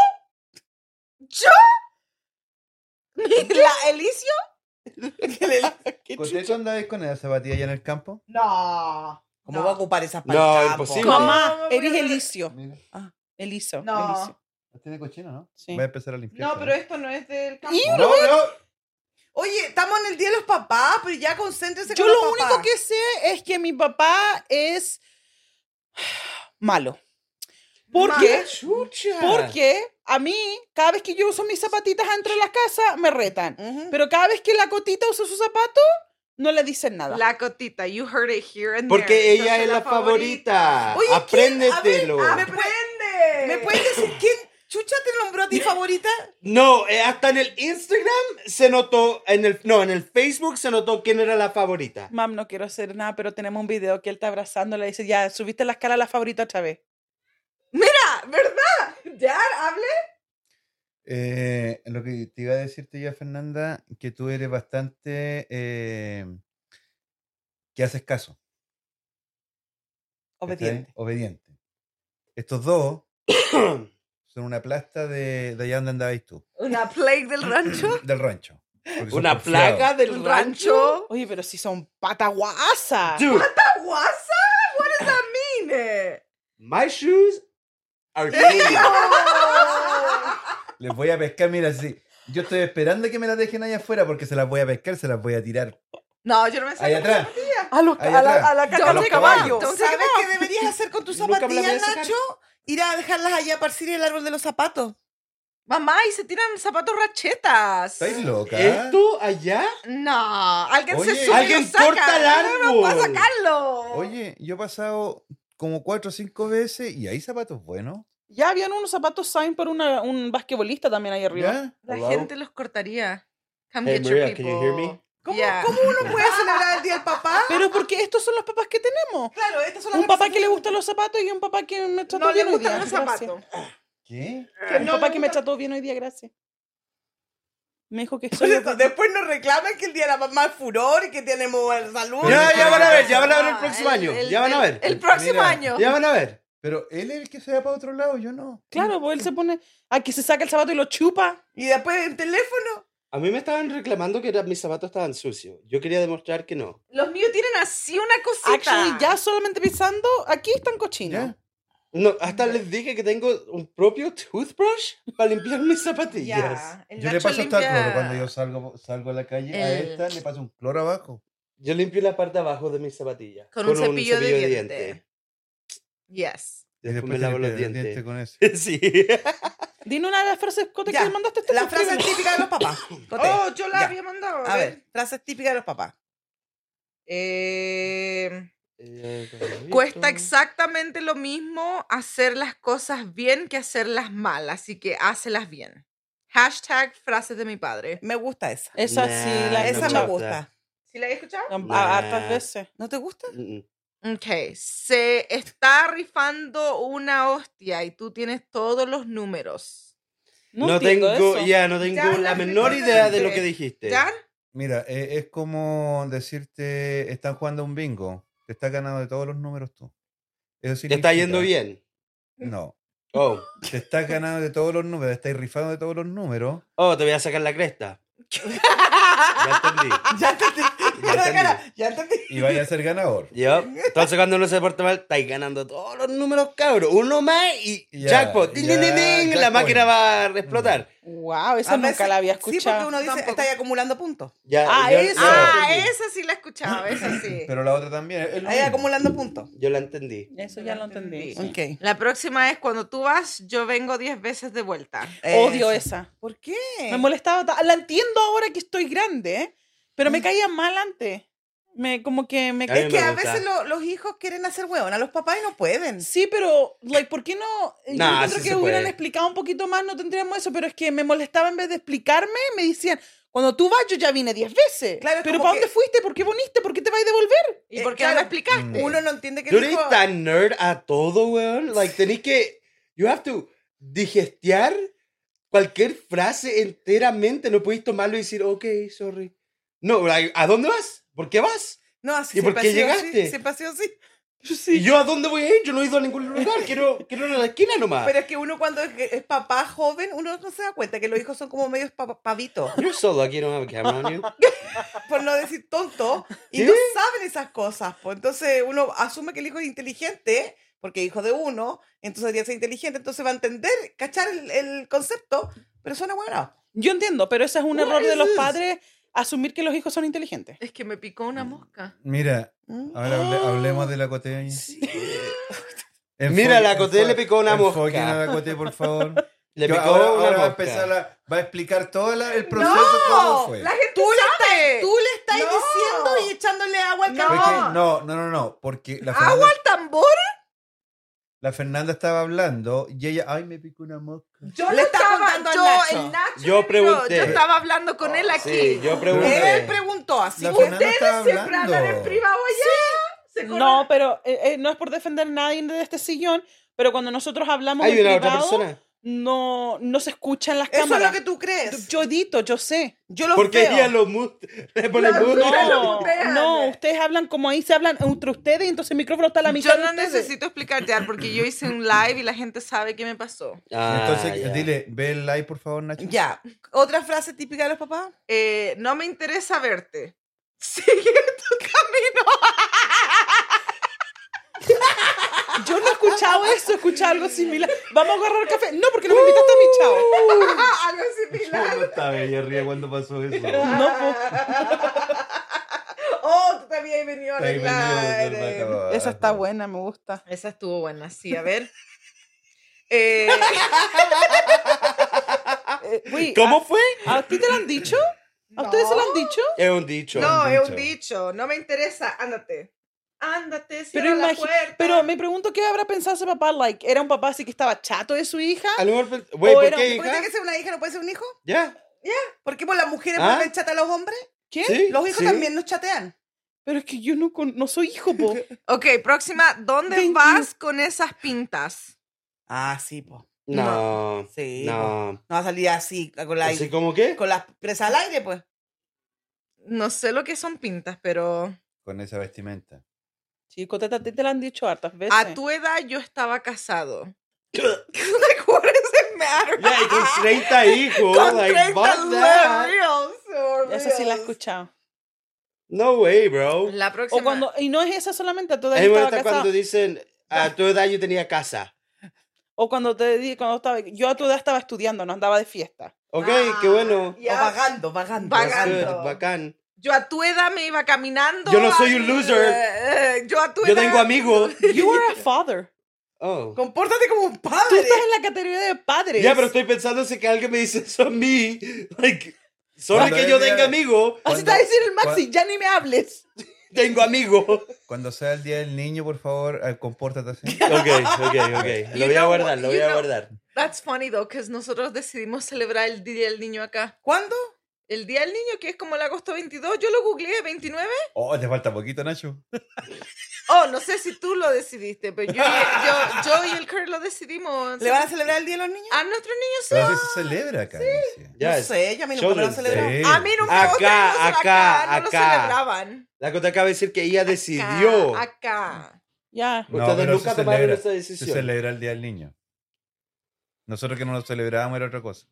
S1: ¿La Elicio?
S2: Pues
S4: ¿Con eso andabas con esa zapatilla allá en el campo?
S1: No.
S3: ¿Cómo va a ocupar esas
S2: No,
S3: palabras?
S2: imposible.
S5: Mamá,
S1: No,
S5: eres
S1: pero-
S5: Elicio.
S4: Mira,
S5: Ah, Eliso.
S1: No.
S5: Eliso.
S4: este de cochino, ¿no?
S5: Sí.
S4: Voy a empezar a limpiar.
S1: No, pero
S4: ¿sabes?
S1: esto no es del campo.
S5: Y-
S4: No, no.
S3: Oye, estamos en el día de los papás, pero ya concéntrese
S5: Yo
S3: con
S5: lo
S3: los papás.
S5: único que sé es que mi papá es malo. ¿Por qué? Porque a mí, cada vez que yo uso mis zapatitas dentro de la casa, me retan.
S3: Ujú.
S5: Pero cada vez que la cotita usa su zapato, no le dicen nada.
S1: La cotita, you heard it here and
S2: Porque
S1: there.
S2: ella
S1: Entonces,
S2: es la favorita.
S3: Oye,
S2: Apréndetelo.
S1: Ah,
S3: ¿quién? A ver,
S1: ¡Aprende!
S3: ¿Me puedes decir quién chucha te nombró a ti favorita?
S2: No, eh, hasta en el Instagram se notó, en el, no, en el Facebook se notó quién era la favorita.
S5: Mam, no quiero hacer nada, pero tenemos un video que él está abrazando. Le dice, ya, subiste la escala a la favorita otra vez.
S1: Ah, ¿Verdad? ¿Ya? ¿Hable?
S4: Eh, lo que te iba a decirte ya, Fernanda, que tú eres bastante... eh, que haces caso. ¿cachai?
S5: Obediente.
S4: Obediente. Estos dos son una plasta de, de allá donde andabais tú,
S1: ¿Una plague del rancho?
S4: del rancho. porque son
S2: Una
S4: porfiados.
S2: plaga del
S1: ¿Un
S2: rancho.
S1: rancho?
S5: Oye, pero si son pataguasa.
S2: Dude,
S1: ¿Guasa? What does that mean? eh?
S2: my shoes are clean.
S4: Les voy a pescar, mira, sí. Yo estoy esperando que me las dejen allá afuera porque se las voy a pescar, se las voy a tirar
S1: No, yo no me sé.
S4: allá atrás.
S5: A, los,
S4: Ahí
S5: a, la,
S4: atrás.
S5: a la
S4: A
S5: caca
S4: los
S5: de
S4: caballos.
S5: caballo.
S1: Entonces,
S3: ¿Sabes qué deberías hacer con tus
S2: Nunca me las voy a
S3: zapatillas,
S2: sacar.
S3: Nacho? Ir a dejarlas allá a parcir el árbol de los zapatos.
S1: Mamá, y se tiran zapatos rachetas.
S4: ¿Estáis loca?
S2: ¿Esto allá?
S1: No, alguien
S4: Oye,
S1: se sube y
S2: alguien
S1: lo saca.
S2: corta el
S1: No, no, para
S2: árbol.
S1: sacarlo.
S4: Oye, yo he pasado como cuatro o cinco veces y hay zapatos buenos.
S5: Ya habían unos zapatos sign por una, un basquetbolista también ahí arriba.
S4: ¿ya?
S1: La
S2: Hello?
S1: gente los cortaría. Come
S2: Hey,
S1: get
S2: Maria,
S1: your
S2: can
S1: people.
S2: you hear me?
S3: ¿Cómo,
S1: Yeah.
S3: ¿Cómo uno puede celebrar el día del papá?
S5: Pero porque estos son los papás que tenemos.
S3: Claro, estas son las
S5: Un papá que le
S3: representaciones.
S5: gustan los zapatos y un papá que me trató
S1: No le
S5: bien hoy
S1: gustan
S5: día.
S1: los
S5: gracias.
S1: zapatos.
S4: ¿Qué?
S5: Un papá que me trató bien hoy día, gracias. Me dijo que soy
S3: Entonces, Después nos reclaman que el día de la mamá es furor y que tenemos el salud.
S2: Ya, ya van a ver, ya van a ver el
S1: Ah,
S2: próximo año.
S1: el-
S2: ya van a ver.
S1: El próximo
S4: Mira,
S1: año.
S2: Ya van a ver.
S4: Pero él es el que se va para otro lado, yo no.
S5: Claro, pues él se pone a que se saca el zapato y lo chupa.
S3: Y después en teléfono.
S2: A mí me estaban reclamando que era- mis zapatos estaban sucios. Yo quería demostrar que no.
S1: Los míos tienen así una cosita.
S5: Actually, ya solamente pisando, aquí están cochinos.
S4: ¿Ya?
S2: No, hasta les dije que tengo un propio toothbrush para limpiar mis zapatillas.
S1: Ya, el
S4: Yo le
S1: Nacho
S4: paso hasta
S1: limpia-
S4: cloro. Cuando yo salgo, salgo a la calle, a
S1: El-
S4: esta le paso un cloro abajo.
S2: Yo limpio la parte de abajo de mis zapatillas.
S1: Con un cepillo de diente. Yes.
S4: Y
S2: Después me
S4: se
S2: lavo los
S4: limpia
S2: dientes.
S4: con eso.
S2: sí.
S5: Dime una de las frases Cote,
S3: Ya,
S5: que le mandaste. este tú,
S3: La
S5: escríbeme.
S3: frase típica de los papás. Coté.
S1: Oh, yo la
S3: Ya.
S1: había mandado.
S3: a ver, frases típicas de los papás.
S1: Eh, cuesta exactamente lo mismo hacer las cosas bien que hacerlas mal, así que hácelas bien. Hashtag frases de mi padre.
S3: Me gusta esa.
S5: Esa sí, la
S2: Nah,
S5: he
S3: Esa me
S5: escuchado
S3: gusta.
S1: ¿Sí la he escuchado?
S5: a-
S2: Nah.
S5: a- hartas veces.
S3: ¿No te gusta?
S2: Mm, mm.
S1: Ok, se está rifando una hostia y tú tienes todos los números.
S2: No,
S5: No, entiendo
S2: tengo,
S5: eso.
S2: ya, no tengo
S1: Ya,
S2: la
S1: la
S2: menor
S1: explicaste.
S2: idea de lo que dijiste.
S1: ¿Ya?
S4: Mira, e- es como decirte, están jugando un bingo. Te estás ganando de todos los números tú. Eso
S2: Te está
S4: significa-
S2: yendo bien.
S4: No.
S2: Oh,
S4: Te estás ganando de todos los números, te estás rifando de todos los números.
S2: oh, te voy a sacar la cresta. ya entendí.
S3: Ya te,
S2: Ya entendí.
S3: ya te,
S4: y vaya a ser ganador.
S2: Yup. Entonces cuando uno se porta mal, estáis ganando todos los números, cabros. Uno más y
S4: Ya,
S2: jackpot. Ding, ding,
S4: ya,
S2: ding, ding. La
S4: jackpot.
S2: máquina va a explotar.
S5: Mm. Wow, esa nunca la había escuchado.
S3: Sí, porque uno dice,
S1: Tampoco.
S3: está acumulando puntos.
S2: Ya,
S5: Ah,
S2: yo,
S5: eso.
S2: yo la
S1: Ah,
S2: entendí.
S1: esa sí la he escuchado, esa sí.
S4: Pero la otra también. es lo
S3: Ahí
S4: mismo.
S3: acumulando puntos.
S2: Yo la entendí.
S5: Eso ya lo entendí.
S1: Sí.
S3: Ok.
S1: La próxima es cuando tú vas, yo vengo 10 veces de vuelta.
S3: Eh,
S5: Odio
S3: Eso.
S5: esa.
S3: ¿Por qué?
S5: Me molestaba. ta- La entiendo ahora que estoy grande, ¿eh? pero me caía mal antes. Me, como que me
S2: A mí
S5: caía.
S2: me
S3: que a
S2: gusta.
S3: veces lo- los hijos quieren hacer huevón a los papás y no pueden.
S5: Sí, pero, like, ¿por qué no? Yo
S2: Nah,
S5: encuentro
S2: sí
S5: que
S2: se
S5: hubieran
S2: puede.
S5: explicado un poquito más, no tendríamos eso, pero es que me molestaba en vez de explicarme, me decían, cuando tú vas, yo ya vine 10 veces.
S3: Claro, es
S5: pero
S3: como
S5: ¿para dónde
S3: que-
S5: fuiste? ¿Por qué viniste? ¿Por qué te vas a devolver?
S1: ¿Y
S3: Eh,
S1: por qué
S3: claro.
S1: no me
S4: Mm.
S1: explicaste?
S3: Uno no entiende que
S2: Tú
S3: el
S2: eres
S3: hijo-
S2: tan nerd a todo, weón. Like, tenés que. You have to digestear cualquier frase enteramente. No podéis tomarlo y decir, ok, sorry. No, like, ¿a dónde vas? ¿Por qué vas?
S3: No, así
S2: ¿Y por
S3: siempre
S2: qué
S3: ha sido así,
S2: llegaste?
S3: siempre ha sido así.
S2: ¿Y yo a dónde voy a ir? Yo no he ido a ningún lugar. Quiero, quiero ir a la esquina nomás.
S3: Pero es que uno cuando es, es papá joven, uno no se da cuenta que los hijos son como medios pa- pavitos.
S2: You're so lucky you don't have a camera on you.
S3: por no decir tonto, y
S2: ¿Sí?
S3: no saben esas cosas. Pues. Entonces uno asume que el hijo es inteligente, porque es hijo de uno, entonces debería ser inteligente, entonces va a entender, cachar el, el concepto, pero suena bueno.
S5: Yo entiendo, pero ese es un
S3: What
S5: error de
S3: is
S5: los
S3: this?
S5: padres asumir que los hijos son inteligentes.
S1: Es que me picó una mosca.
S4: Mira,
S3: Mm.
S4: ahora hable- hablemos de la cotea.
S2: Mira, la Coté le picó una mosca.
S4: Enfoquen a la Coté, por favor.
S2: Le
S4: Que
S2: picó una
S4: ahora, ahora va a
S2: mosca.
S4: empezar a, va a explicar todo la- el proceso, cómo
S3: ¡No!
S4: fue.
S3: La gente tú le estás, tú le estás
S1: No.
S3: diciendo y echándole agua al
S4: Pero es
S3: carbón.
S4: que- no, no, no, no, porque la
S1: ¿Agua
S4: Fernanda,
S1: al tambor?
S4: la Fernanda estaba hablando y ella, ay, me picó una mosca.
S1: Yo
S3: Le
S1: le
S3: está
S1: estaba,
S3: contando al
S1: yo,
S3: Nacho.
S1: el Nacho
S2: Yo
S1: me miró,
S2: pregunté.
S1: yo estaba hablando con él aquí.
S2: Sí, yo
S3: Él
S2: pregunté.
S3: preguntó así.
S4: La
S3: que-
S4: Fernanda estaba
S1: Siempre hablan en
S4: hablando.
S1: privado allá. Se
S5: No, pero eh, eh, no es por defender a nadie de este sillón, pero cuando nosotros hablamos
S2: Hay
S5: en
S2: una otra
S5: privado,
S2: persona.
S5: no, no se escuchan las
S3: Eso es
S5: cámaras.
S3: lo que tú crees.
S5: Yo edito, yo sé.
S3: Yo lo
S2: Porque
S3: veo.
S2: ella lo mute. Le pone
S1: Claro,
S2: mute.
S1: Ustedes lo
S5: No,
S1: mutean.
S5: no, ustedes hablan como ahí se hablan entre ustedes, entonces el micrófono está a la mitad.
S1: Yo
S5: de
S1: no
S5: ustedes.
S1: necesito explicar ya porque yo hice un live y la gente sabe qué me pasó.
S2: Ah,
S4: Entonces,
S2: ya.
S4: dile, ve el like, por favor, Nacho.
S3: Ya. ¿Otra frase típica de los papás?
S1: Eh, no me interesa verte. Sigue tu camino.
S5: Yo no he escuchado eso, he escuchado algo similar. Vamos a agarrar café. No, porque no me invitaste a mi chao.
S1: Algo similar.
S4: No estaba ella ría cuando pasó eso.
S1: Oh, tú también has venido a
S4: Ahí venía a
S1: arreglar.
S4: hacer
S1: eh.
S4: bata-
S5: Esa está buena, me gusta.
S1: Esa estuvo buena, sí, a ver. Eh,
S5: Eh, uy,
S2: ¿Cómo fue?
S5: ¿A, a ti te lo han dicho? ¿A ustedes se lo han dicho?
S2: Es un dicho.
S1: no, es un dicho. No me interesa. Ándate. Ándate,
S5: Pero,
S1: cierra la
S5: imagi-
S1: puerta.
S5: pero me pregunto qué habrá pensado ese papá. Like, ¿Era un papá así que estaba chato de su hija?
S2: A lo mejor. Güey,
S5: O
S2: ¿por
S5: era-
S2: qué,
S3: ¿Por qué
S2: hija?
S3: tiene que ser una hija no puede ser un hijo?
S2: ¿Ya?
S3: ¿Por qué por las mujeres
S2: ¿Ah?
S3: vuelven chata a los hombres?
S5: ¿Qué?
S2: Sí,
S3: Los hijos
S2: sí.
S3: también nos chatean.
S5: Pero es que yo no, con- no soy hijo, po.
S1: Ok, próxima. ¿Dónde
S5: Thank you.
S1: vas con esas pintas?
S3: Ah, sí, po.
S2: No.
S3: Sí. po.
S2: No.
S3: No va a salir así, ah, con, la,
S2: ¿Así como qué?
S3: con las presas al aire, pues.
S1: No sé lo que son pintas, pero
S4: Con esa vestimenta.
S5: Sí, Coteta, a ti te lo han dicho hartas veces.
S1: a tu edad yo estaba casado. Like, what does it matter?
S2: Ya, y con 30 hijos.
S1: Con
S2: like,
S1: 30
S2: fuck Oh that.
S1: reals, or
S5: Esa sí la he
S1: reals.
S5: escuchado.
S2: No way, bro.
S1: La próxima.
S5: O cuando, y no es esa solamente, a tu edad
S2: Es
S5: yo
S2: muy
S5: estaba
S2: bonito
S5: casado.
S2: cuando dicen, a tu edad yo tenía casa.
S5: O cuando te di, cuando estaba, yo a tu edad estaba estudiando, no andaba de fiesta.
S2: Ok,
S1: Ah,
S2: qué bueno.
S1: ya.
S3: O vagando, vagando.
S2: That's
S1: Vagando.
S2: good, Bacán.
S1: Yo a tu edad me iba caminando.
S2: Yo no soy un
S1: al-
S2: loser.
S1: eh, eh, yo a tu
S2: Yo
S1: edad-
S2: tengo amigos.
S5: You are a father.
S2: Oh.
S3: Compórtate como un
S5: Tú
S3: padre.
S5: estás en la categoría de padres.
S2: Ya, pero estoy pensando si que alguien me dice eso a mí. Like, solo
S4: Cuando
S2: que yo
S4: él diga-
S2: tenga amigos,
S5: Así te
S4: Cuando-
S5: va a decir el Maxi,
S4: cuan-
S5: ya ni me hables.
S2: tengo amigos. Ok,
S4: Cuando sea el día del niño, por favor, eh, compórtate así.
S2: ok, ok.
S1: You
S2: Lo voy a
S1: know
S2: guardar,
S1: what-
S2: lo
S1: you
S2: voy a
S1: know-
S2: guardar.
S1: That's funny though, que nosotros decidimos celebrar el Día del Niño acá.
S3: ¿Cuándo?
S1: El Día del Niño, que es como el agosto 22, yo lo googleé, 29.
S4: Oh, te falta poquito, Nacho.
S1: Oh, no sé si tú lo decidiste, pero yo, yo, yo y el Kurt lo decidimos.
S3: ¿Le van a celebrar el Día de los Niños?
S1: A nuestros niños sí.
S4: Pero así se celebra acá. dice. Ah,
S2: Ya,
S3: no sé, yo a mí nunca me lo han
S2: Children's
S3: celebrado.
S4: Day.
S1: A mí nunca
S2: Acá,
S1: ustedes no son
S2: acá,
S1: acá, no lo
S2: acá.
S1: celebraban.
S2: la Cota acaba de decir que ella decidió.
S1: Acá, acá.
S5: Ya.
S4: No,
S2: Ustedes
S4: pero
S2: nunca
S4: se
S2: tomaron
S4: celebra,
S2: esa decisión.
S4: Se celebra el Día del Niño. Nosotros que no lo celebrábamos era otra cosa.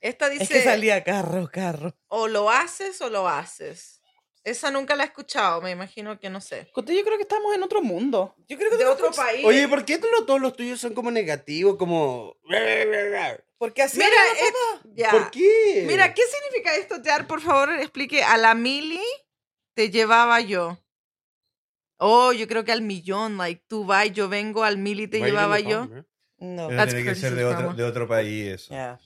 S1: Esta dice,
S3: Es que salía carro, carro.
S1: o lo haces o lo haces. Esa nunca la he escuchado, me imagino que no sé.
S5: Cote, yo creo que estamos en otro mundo.
S3: Yo creo que
S1: De
S3: tú
S1: otro
S3: escuch-
S1: país.
S2: Oye, ¿por qué no todos los tuyos son como negativos, como...
S3: Porque así
S1: mira, eh,
S3: hablan los
S1: es- ya.
S2: ¿Por qué?
S1: Mira, ¿qué significa esto, Jar? Por favor, explique. A la mili te llevaba yo. Oh, yo creo que al millón, like tú vas, yo vengo, al mili te
S2: Why you
S1: llevaba
S2: don't
S1: yo.
S2: come, eh?
S3: No.
S4: Pero
S1: That's
S4: tiene que ser de
S1: criticism,
S4: otro,
S1: mamá.
S4: de otro país eso.
S3: Ya.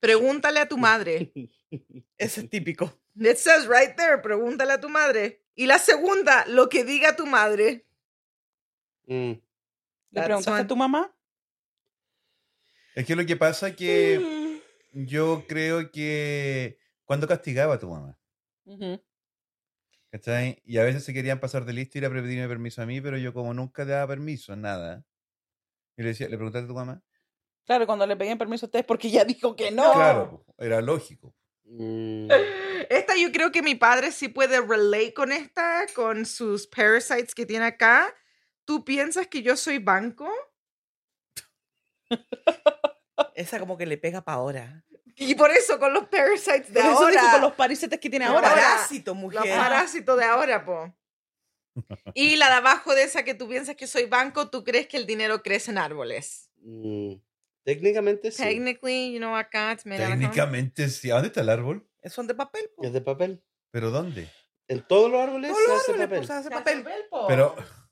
S1: Pregúntale a tu madre.
S3: Ese es típico.
S1: It says right there, pregúntale a tu madre. Y la segunda, lo que diga tu madre.
S2: Mm.
S5: ¿Le
S1: That's
S5: preguntaste
S1: one.
S5: a tu mamá?
S4: Es que lo que pasa es que
S1: Mm.
S4: yo creo que cuando castigaba a tu mamá,
S5: Ujú.
S4: ¿cachai? Y a veces se querían pasar de listo y ir a pedirme permiso a mí, pero yo como nunca daba permiso, nada. Y le decía, le preguntaste a tu mamá.
S5: Claro, cuando le pedían permiso a ustedes porque ya dijo que no.
S4: Claro, po, era lógico.
S2: Mm.
S1: Esta yo creo que mi padre sí puede relate con esta, con sus parasites que tiene acá, ¿Tú piensas que yo soy banco?
S3: Esa como que le pega para ahora.
S1: Y por eso con los parasites de
S5: Por eso
S1: ahora.
S5: dijo con los parásitos que tiene ahora.
S3: Parásito, mujer.
S1: Los parásitos de ahora, po. Y la de abajo de esa que tú piensas que soy banco, tú crees que el dinero crece en árboles.
S2: Mm, técnicamente sí.
S1: Technically, you know, acá it's made out of-
S4: Técnicamente sí. ¿A ¿Dónde está el árbol?
S3: Son de papel, po.
S2: es de papel.
S4: ¿Pero dónde?
S2: En todos los árboles
S3: Todos los
S2: se hace
S3: árboles,
S2: papel.
S3: pues, hace papel.
S4: Pero.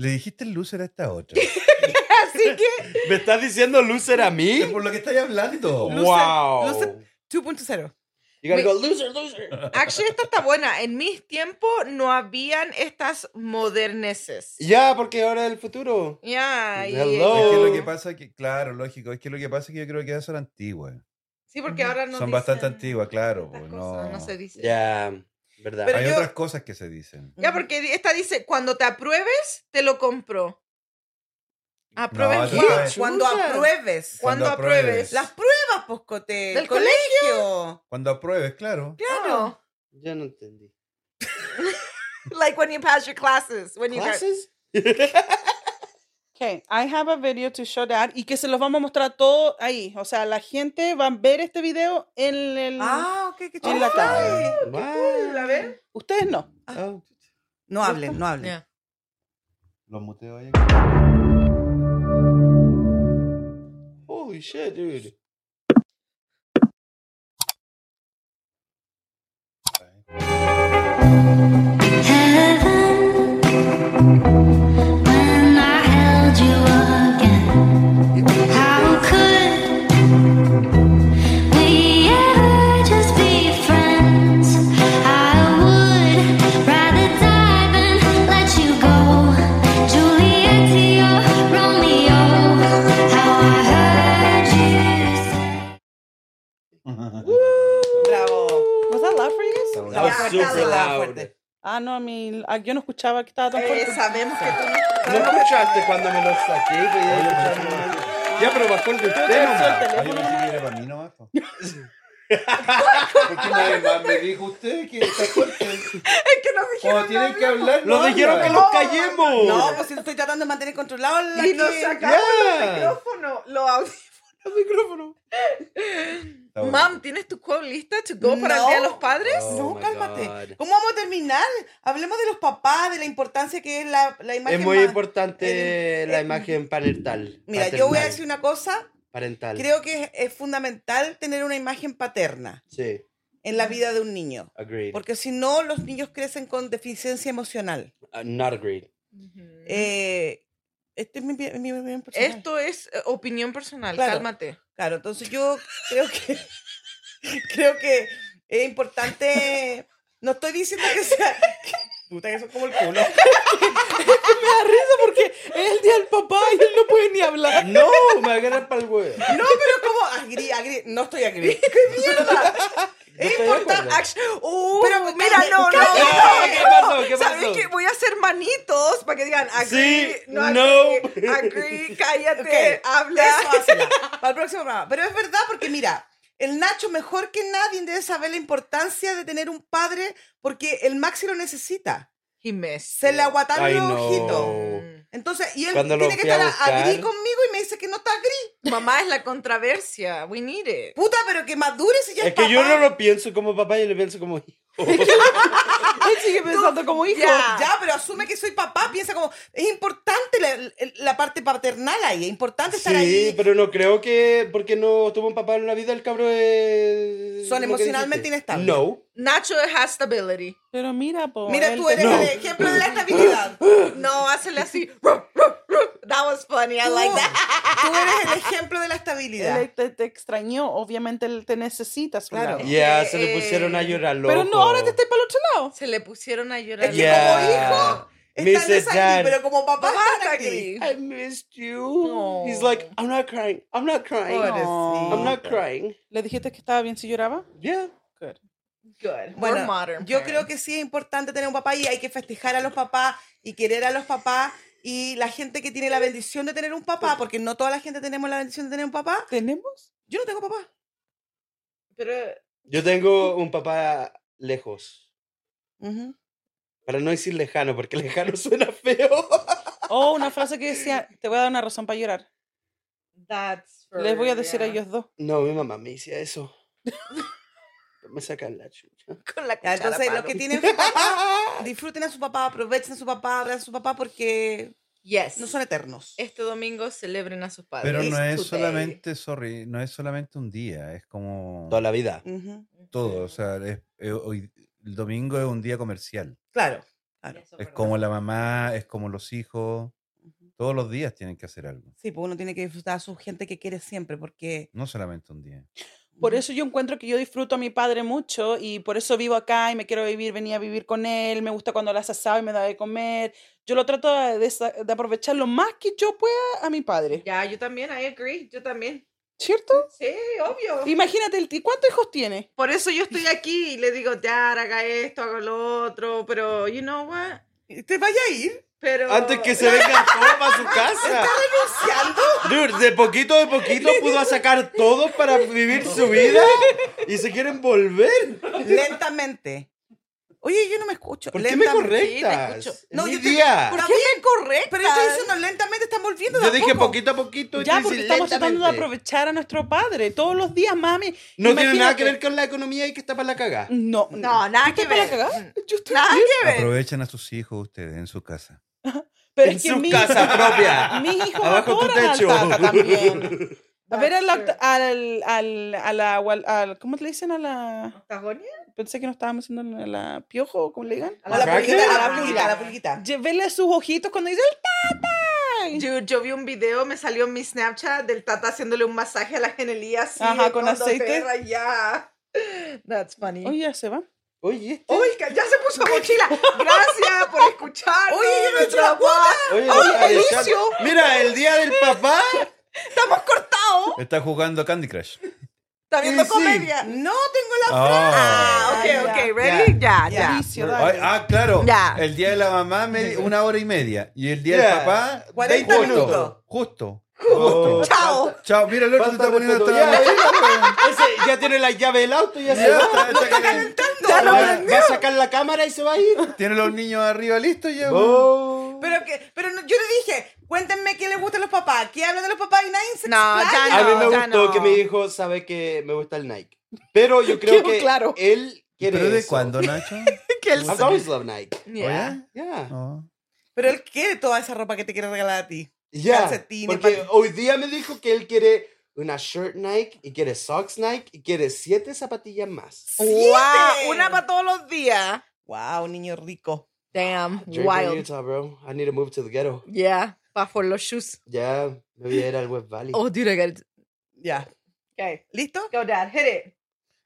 S4: Le dijiste loser a esta otra.
S1: Así que
S2: ¿Me estás diciendo loser a
S4: Es
S2: mí?
S4: por lo que estáis hablando.
S3: Loser,
S2: wow.
S3: loser. 2.0.
S2: You
S1: We-
S2: gotta go loser, loser.
S1: Actually, esta está buena. En mis tiempos no habían estas moderneces.
S2: Ya, porque ahora es el futuro.
S1: Ya. y-
S2: Hello.
S4: Es que lo que pasa es que, claro, lógico, es que lo que pasa es que yo creo que esas son antiguas.
S1: Sí, porque ahora no
S4: son bastante
S1: dicen
S4: antiguas, claro.
S1: estas
S4: pues,
S1: cosas,
S4: no.
S1: no se dice.
S2: Ya, verdad.
S3: Pero
S4: Hay
S3: yo-
S4: otras cosas que se dicen.
S1: Ya, porque di- esta dice, cuando te apruebes, te lo compro. ¿Apruebes
S4: No,
S1: qué?
S4: tú sabes.
S3: Cuando
S1: Chucha.
S3: apruebes.
S1: Cuando
S4: Cuando apruebes.
S1: apruebes.
S3: Las pruebas, poscote.
S1: ¿Del
S3: Del colegio.
S4: Cuando apruebes, claro.
S1: Claro.
S2: Yo no entendí.
S1: Like when you pass your classes. When you gra-
S2: ¿Clases?
S5: Okay, I have a video to show that y que se los vamos a mostrar todo ahí. O sea, la gente va a ver este video en el.
S3: Ah, ok, qué
S5: en la
S3: chulo.
S5: tarde.
S2: Wow.
S1: A ver.
S5: Ustedes no.
S3: Ah.
S2: Oh.
S3: No hablen, no hablen.
S1: Ya.
S4: Los muteo ahí.
S2: Holy shit, dude.
S3: Bravo.
S5: ¿Was that loud for you guys?
S2: That was
S3: fuerte,
S2: super
S3: la
S2: loud.
S3: fuerte.
S5: Ah, no, a mí. ah, Yo no escuchaba que estaba tan
S3: Eh,
S5: fuerte.
S3: sabemos que tú
S2: ¿No escuchaste cuando me lo saqué? Pues ya, escucharon mal. ya, pero bajó el del tema.
S4: Ah, yo pensé que era para mí nomás. po. Porque nadie más me dijo usted que está fuerte.
S1: Es que no
S4: Cuando
S1: dijeron
S4: tienen que hablar.
S2: Lo
S4: no
S2: dijeron que
S4: hablan.
S2: los callemos.
S3: No, pues si estoy tratando de mantener controlado la
S1: Y nos
S3: que-
S1: sacaron
S2: Ya.
S1: el micrófono. Lo audífonos, micrófono.
S4: Está bueno.
S1: Mam, ¿tienes tu quote lista to go para el Día de
S3: No.
S1: los Padres?
S2: Oh
S3: pues, No,
S2: my
S3: cálmate.
S2: God.
S3: ¿Cómo vamos a terminar? Hablemos de los papás, de la importancia que es la, la imagen.
S2: Es muy Ah,
S3: ma-
S2: importante
S3: el-
S2: la
S3: el-
S2: imagen parental.
S3: Mira,
S2: paternal,
S3: yo voy a decir una cosa.
S2: Parental.
S3: Creo que es, es fundamental tener una imagen paterna
S2: Sí,
S3: en la vida de un niño.
S2: agreed.
S3: Porque si no, los niños crecen con deficiencia emocional.
S2: Uh, not agreed.
S1: Ujú.
S3: Eh, este es mi, mi- mi opinión personal.
S1: Esto es eh, opinión personal,
S3: Claro.
S1: cálmate.
S3: Claro, entonces yo creo que creo que es importante. No estoy diciendo que sea. Puta, que son como el culo.
S5: Me da risa porque es el día del papá y él no puede ni hablar.
S2: No, me agarran para el huevo.
S3: No, pero como agri, agri, no estoy agri. ¡Qué mierda! es importante. actu- Uh,
S1: Pero
S3: pues,
S1: mira,
S3: cállate,
S1: no, no,
S3: cállate.
S2: no, ¿qué pasó? ¿Qué
S1: ¿Sabes
S2: pasó?
S1: qué? Voy a hacer manitos para que digan agree,
S2: Sí,
S1: no,
S2: no.
S1: agree, agree, cállate,
S3: Ok,
S1: habla.
S3: Eso, hazla, para el próximo programa. Pero es verdad porque mira, el Nacho mejor que nadie debe saber la importancia de tener un padre porque el Maxi lo necesita.
S1: Y mes.
S3: Se le aguataron
S2: Ay,
S3: los
S2: no.
S3: ojitos.
S2: Oh.
S1: Mm.
S3: Entonces, y él
S2: Cuando lo
S3: tiene que
S2: fui a
S3: estar
S2: buscar.
S3: agri conmigo y me dice que no está agri.
S1: Mamá es la controversia. We need it.
S3: Puta, pero que madure si ya
S2: Es
S3: es,
S2: que yo
S3: papá.
S2: no lo pienso como papá, yo lo pienso como hijo.
S5: Él sigue pensando como hijo.
S1: ya.
S3: Ya, pero asume que soy papá, piensa como, es importante la, la parte paternal ahí, es importante estar
S2: Sí,
S3: ahí.
S2: pero no creo que porque no tuvo un papá en la vida, el cabro es...
S3: Son
S2: lo que
S3: emocionalmente
S2: dijiste.
S3: inestables.
S2: No.
S1: Nacho has stability.
S5: Pero mira, po.
S3: Mira,
S5: él
S3: tú eres
S5: tenía-
S3: el ejemplo de la estabilidad.
S1: No, hazle así. That was funny. I
S3: Tú-
S1: like that.
S3: Tú eres el ejemplo de la estabilidad.
S5: Él te, te extrañó, obviamente él te necesita. a su
S3: Claro.
S5: lado.
S2: Ya, se le
S1: Eh,
S2: pusieron a llorar, loco.
S5: Pero no, ahora te estoy para el otro lado.
S1: Se le pusieron a llorar.
S3: Es que
S2: Yeah.
S3: como hijo está
S2: Mrs. Dad.
S3: desagri, pero como papá
S1: Papá
S3: está
S1: está
S3: agri.
S1: agree.
S2: I missed you.
S1: No.
S2: He's like, I'm not crying. I'm not crying.
S5: Pobrecito.
S2: I'm not crying.
S5: ¿Le dijiste que estaba bien si lloraba?
S2: Yeah.
S5: Good.
S1: Good. We're
S3: Bueno,
S1: modern
S3: yo creo
S1: parents.
S3: que sí es importante tener un papá y hay que festejar a los papás y querer a los papás y la gente que tiene la bendición de tener un papá, porque no toda la gente tenemos la bendición de tener un papá.
S5: ¿Tenemos?
S3: Yo no tengo papá.
S1: Pero
S2: Yo tengo un papá lejos.
S3: Ujú.
S2: Para no decir lejano, porque lejano suena feo.
S15: Oh, una frase que decía, te voy a dar una razón para llorar.
S1: That's for,
S15: Les voy a decir a
S1: yeah.
S15: ellos dos.
S2: No, mi mamá me decía eso. me sacan la chucha.
S1: Con la
S3: Ya,
S1: cuchara,
S3: entonces, los
S1: palo.
S3: que tienen su papá, disfruten a su papá, aprovechen a su papá, abran a su papá porque
S1: Yes.
S3: no son eternos.
S1: Este domingo celebren a sus padres.
S4: Pero no es
S1: Today.
S4: solamente, sorry, no es solamente un día, es como
S2: Toda la vida.
S3: Ujú.
S4: todo. O sea, es- eh, hoy- el domingo es un día comercial.
S3: Claro.
S1: Eso,
S4: Es
S1: ¿verdad?
S4: como la mamá, es como los hijos. Todos los días tienen que hacer algo,
S3: Sí, pues uno tiene que disfrutar a su gente que quiere siempre porque...
S4: no solamente un día.
S15: Por eso yo encuentro que yo disfruto a mi padre mucho y por eso vivo acá y me quiero vivir, venía a vivir con él, me gusta cuando la hace asado y me da de comer. Yo lo trato de, desa- de aprovechar lo más que yo pueda a mi padre,
S1: Ya, yo también, I agree, yo también.
S15: ¿cierto?
S1: Sí, obvio.
S15: Imagínate, el ti- ¿cuántos hijos tiene?
S1: Por eso yo estoy aquí y le digo, ya, haga esto, haga lo otro, pero, you know what?
S3: ¿Te vaya a ir?
S1: Pero...
S2: Antes que se vengan todos para su casa. Dude, de poquito a poquito pudo sacar todo para vivir su vida y se quieren volver.
S3: Lentamente. Oye, yo no me escucho.
S2: ¿Por qué me
S3: Lentamente.
S2: correctas?
S1: escucho.
S2: Es
S3: No,
S2: mi
S3: yo te-
S2: día.
S3: ¿Por qué me correcto? Pero yo estoy
S1: correctas?
S3: diciendo lentamente, están volviendo. de
S2: Yo
S3: a
S2: dije
S3: poco.
S2: poquito a poquito. y
S15: Ya,
S2: tú
S15: porque
S2: dices
S15: estamos tratando de
S2: lentamente.
S15: aprovechar a nuestro padre todos los días, mami.
S2: No tiene nada que ver
S15: Imagínate.
S2: con la economía y que está para la
S5: Mm.
S2: cagada.
S15: No, no.
S1: No, nada que
S15: ¿Estás para
S1: ver. Mm.
S15: la cagada? Yo estoy
S1: Nada
S15: bien.
S1: que ver.
S4: Aprovechen a sus hijos ustedes en su casa.
S15: Pero
S2: En
S15: es que
S2: su
S15: mi-
S2: casa propia.
S15: Mis hijos
S2: Abajo tu
S15: adoran al
S2: techo.
S15: tata también. A ver,
S1: That's
S15: al, oct-
S1: true.
S15: al, al, a la, gual- al- ¿cómo le dicen a la...?
S1: ¿Octagonia?
S15: Pensé que no estábamos haciendo la, la piojo, ¿o ¿cómo le digan?
S1: A
S3: A la
S2: ¿Cracker?
S3: pulguita, a la
S1: Ah.
S3: pulguita, a la pulguita.
S15: Llévele sus ojitos cuando dice el tata.
S1: Yo, yo vi un video, me salió en mi Snapchat del Tata haciéndole un masaje a la genelía así.
S15: Ajá, con
S1: cuando
S15: aceite.
S1: perra, ya. That's funny.
S15: Oye, ya se va.
S2: Oye, este-
S1: Oiga, ya se puso mochila. Gracias por escuchar.
S3: Oye, yo no he hecho la
S2: oye, está dejando- Mira, el día del papá.
S1: Estamos cortados.
S4: Está jugando Candy Crush.
S1: Está viendo
S2: Y sí.
S1: comedia.
S3: No tengo la...
S4: Ah,
S1: Ah, ok,
S15: ya.
S1: ok, ready? Ya,
S15: Ya.
S1: ya.
S15: Vicio,
S4: Ay,
S15: dale.
S4: ah, claro.
S1: Ya.
S4: El día de la mamá, medi- una hora y media. Y el día
S2: Ya.
S4: del papá,
S3: 40
S4: justo,
S3: minutos.
S4: Justo.
S2: Oh.
S1: Chao.
S4: Chao, mira el otro se está poniendo hasta
S2: Ya,
S4: la
S2: ese ya tiene la llave del auto y ya se
S4: Ya,
S2: va.
S4: está- está calentando.
S2: Va, va a sacar la cámara y se va a ir.
S4: Tiene los niños arriba listos ya.
S2: Oh.
S3: Pero, que, pero no- yo le dije, cuéntenme qué les gustan los papás, qué hablan de los papás y nadie se
S1: No,
S3: explaya.
S1: ya
S2: A mí me
S1: no, ya
S2: gustó
S1: no.
S2: que mi hijo sabe que me gusta el Nike. Pero yo creo
S15: Quedó
S2: que
S15: claro.
S2: él quiere
S4: ¿Pero de
S2: eso.
S4: cuándo, Nacho?
S1: Que él
S2: I've always loved Nike.
S1: Yeah.
S2: Yeah.
S4: Oh.
S3: Pero él quiere toda esa ropa que te quiere regalar a ti.
S2: Yeah,
S3: Calcetines,
S2: Porque
S3: pan-
S2: hoy día me dijo que él quiere una shirt Nike y quiere socks Nike y quiere siete zapatillas más.
S1: Wow, una para todos los días.
S3: Wow, niño rico.
S1: Damn,
S2: Drake in
S1: wild.
S2: Utah, bro. I need to move to the ghetto.
S1: Yeah, pa for los shoes.
S2: Ya me voy a ir al West Valley.
S1: Oh, dude, I got it.
S3: Ya.
S1: Okay,
S3: ¿Listo?
S1: go dad, hit it.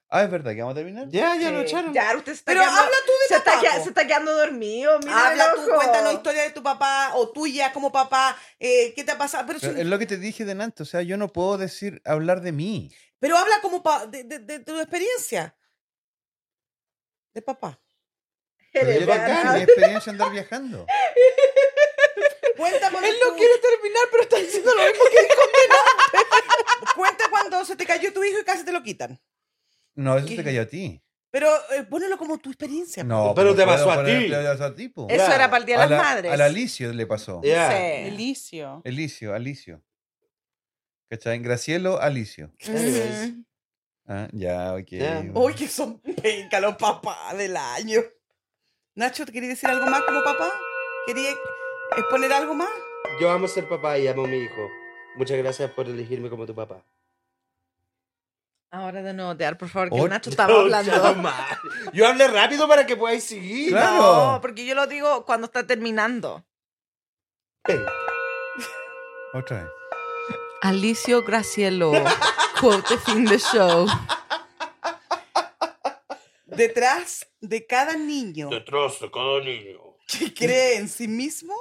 S4: Ah, es verdad que vamos a terminar.
S2: Ya, ya lo echaron.
S1: Dad, usted se está
S3: Pero
S1: quedando-
S3: habla tú de
S1: se está,
S3: papá,
S1: queda-
S3: po.
S1: se está quedando dormido, mira
S3: Habla
S1: el
S3: tú,
S1: ojo.
S3: cuéntanos historia de tu papá o tuya como papá, eh, qué te ha pasado. Pero,
S4: Pero
S3: si-
S4: es lo que te dije delante, o sea, yo no puedo decir, hablar de mí.
S3: pero habla como pa- de, de- de tu experiencia. De papá.
S1: Hit
S4: Pero
S1: it,
S4: yo
S1: dad.
S4: bacán, mi experiencia andar viajando.
S3: Cuenta cuando
S15: Él no
S3: tú-
S15: quiere terminar, pero está diciendo lo mismo que dijo.
S3: cuenta cuando se te cayó tu hijo y casi te lo quitan.
S4: No, eso
S3: ¿Qué?
S4: te cayó a ti.
S3: Pero eh, ponelo como tu experiencia.
S4: No,
S2: Pero te
S4: puedo
S2: pasó a
S4: poner-
S2: ti.
S4: Te pasó a ti, po.
S1: Eso
S2: Ya.
S1: era para el Día de
S4: A
S1: las
S4: la-
S1: Madres.
S4: A la Alicio le pasó.
S2: Yeah.
S1: Sí.
S15: Delicio.
S4: Elicio, Alicio. ¿Cachai? Gracielo, Alicio.
S2: Anyways.
S1: Mm.
S4: Ah, ya, ok.
S2: Ya.
S3: Uy, que son penca los papás del año. Nacho, ¿te quería decir algo más como papá? ¿Quería exponer algo más?
S2: Yo amo ser papá y amo a mi hijo. Muchas gracias por elegirme como tu papá.
S1: Ahora de nuevo, Dad, por favor, que
S4: Oh,
S1: el Nacho estaba hablando.
S2: Yo hablé rápido para que podáis seguir.
S4: Claro.
S1: No, porque yo lo digo cuando está terminando.
S4: Otra vez.
S1: Alicio Gracielo, quote fin de show.
S3: Detrás de cada niño
S2: Detrás de cada niño.
S3: que cree en sí mismo,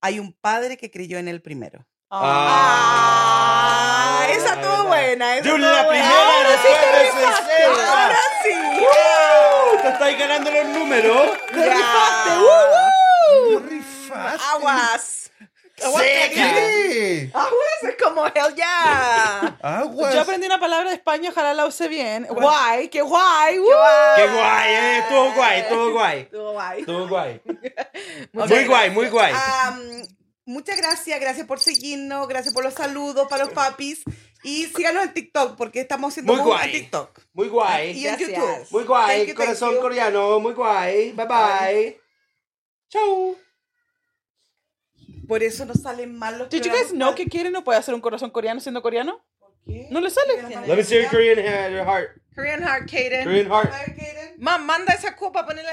S3: hay un padre que creyó en él primero.
S1: Ah, esa estuvo buena. Esa
S2: Yo
S1: estuvo
S2: la
S1: buena.
S2: primera
S1: Ahora sí te
S2: después de
S1: rifaste,
S2: 60.
S1: Ahora sí.
S2: ¡Woo! Te estáis ganando los números.
S1: Ya.
S4: rifaste!
S1: Aguas.
S2: Seca.
S4: ¿Qué?
S1: Aguas es como hell yeah. Pues
S4: Aguas.
S15: Yo aprendí una palabra de España, ojalá la use bien. Guay, qué guay. woo.
S2: Qué guay, eh. Estuvo guay, estuvo guay.
S1: Estuvo guay.
S2: Estuvo guay.
S1: Muchas
S2: Muy guay, muy guay.
S3: Am, Muchas gracias, gracias por seguirnos, gracias por los saludos para los papis. Y síganos en TikTok, porque estamos haciendo
S2: Muy
S3: boom en
S2: guay.
S3: TikTok.
S2: Muy
S1: Ah,
S2: guay.
S3: Y en
S1: Gracias.
S3: YouTube.
S2: Muy
S3: Thank
S2: guay.
S3: you, thank
S2: Corazón
S3: you.
S2: coreano. Muy guay. Bye bye. Chau.
S3: Por eso nos salen mal los
S5: Did you
S3: programas
S5: guys know que quieren no puede hacer un corazón coreano siendo coreano? ¿No le sale?
S2: Let me see your Korean ha- your heart.
S1: Korean Heart, Kaden.
S2: Korean heart.
S1: Mam, manda esa copa, ponela.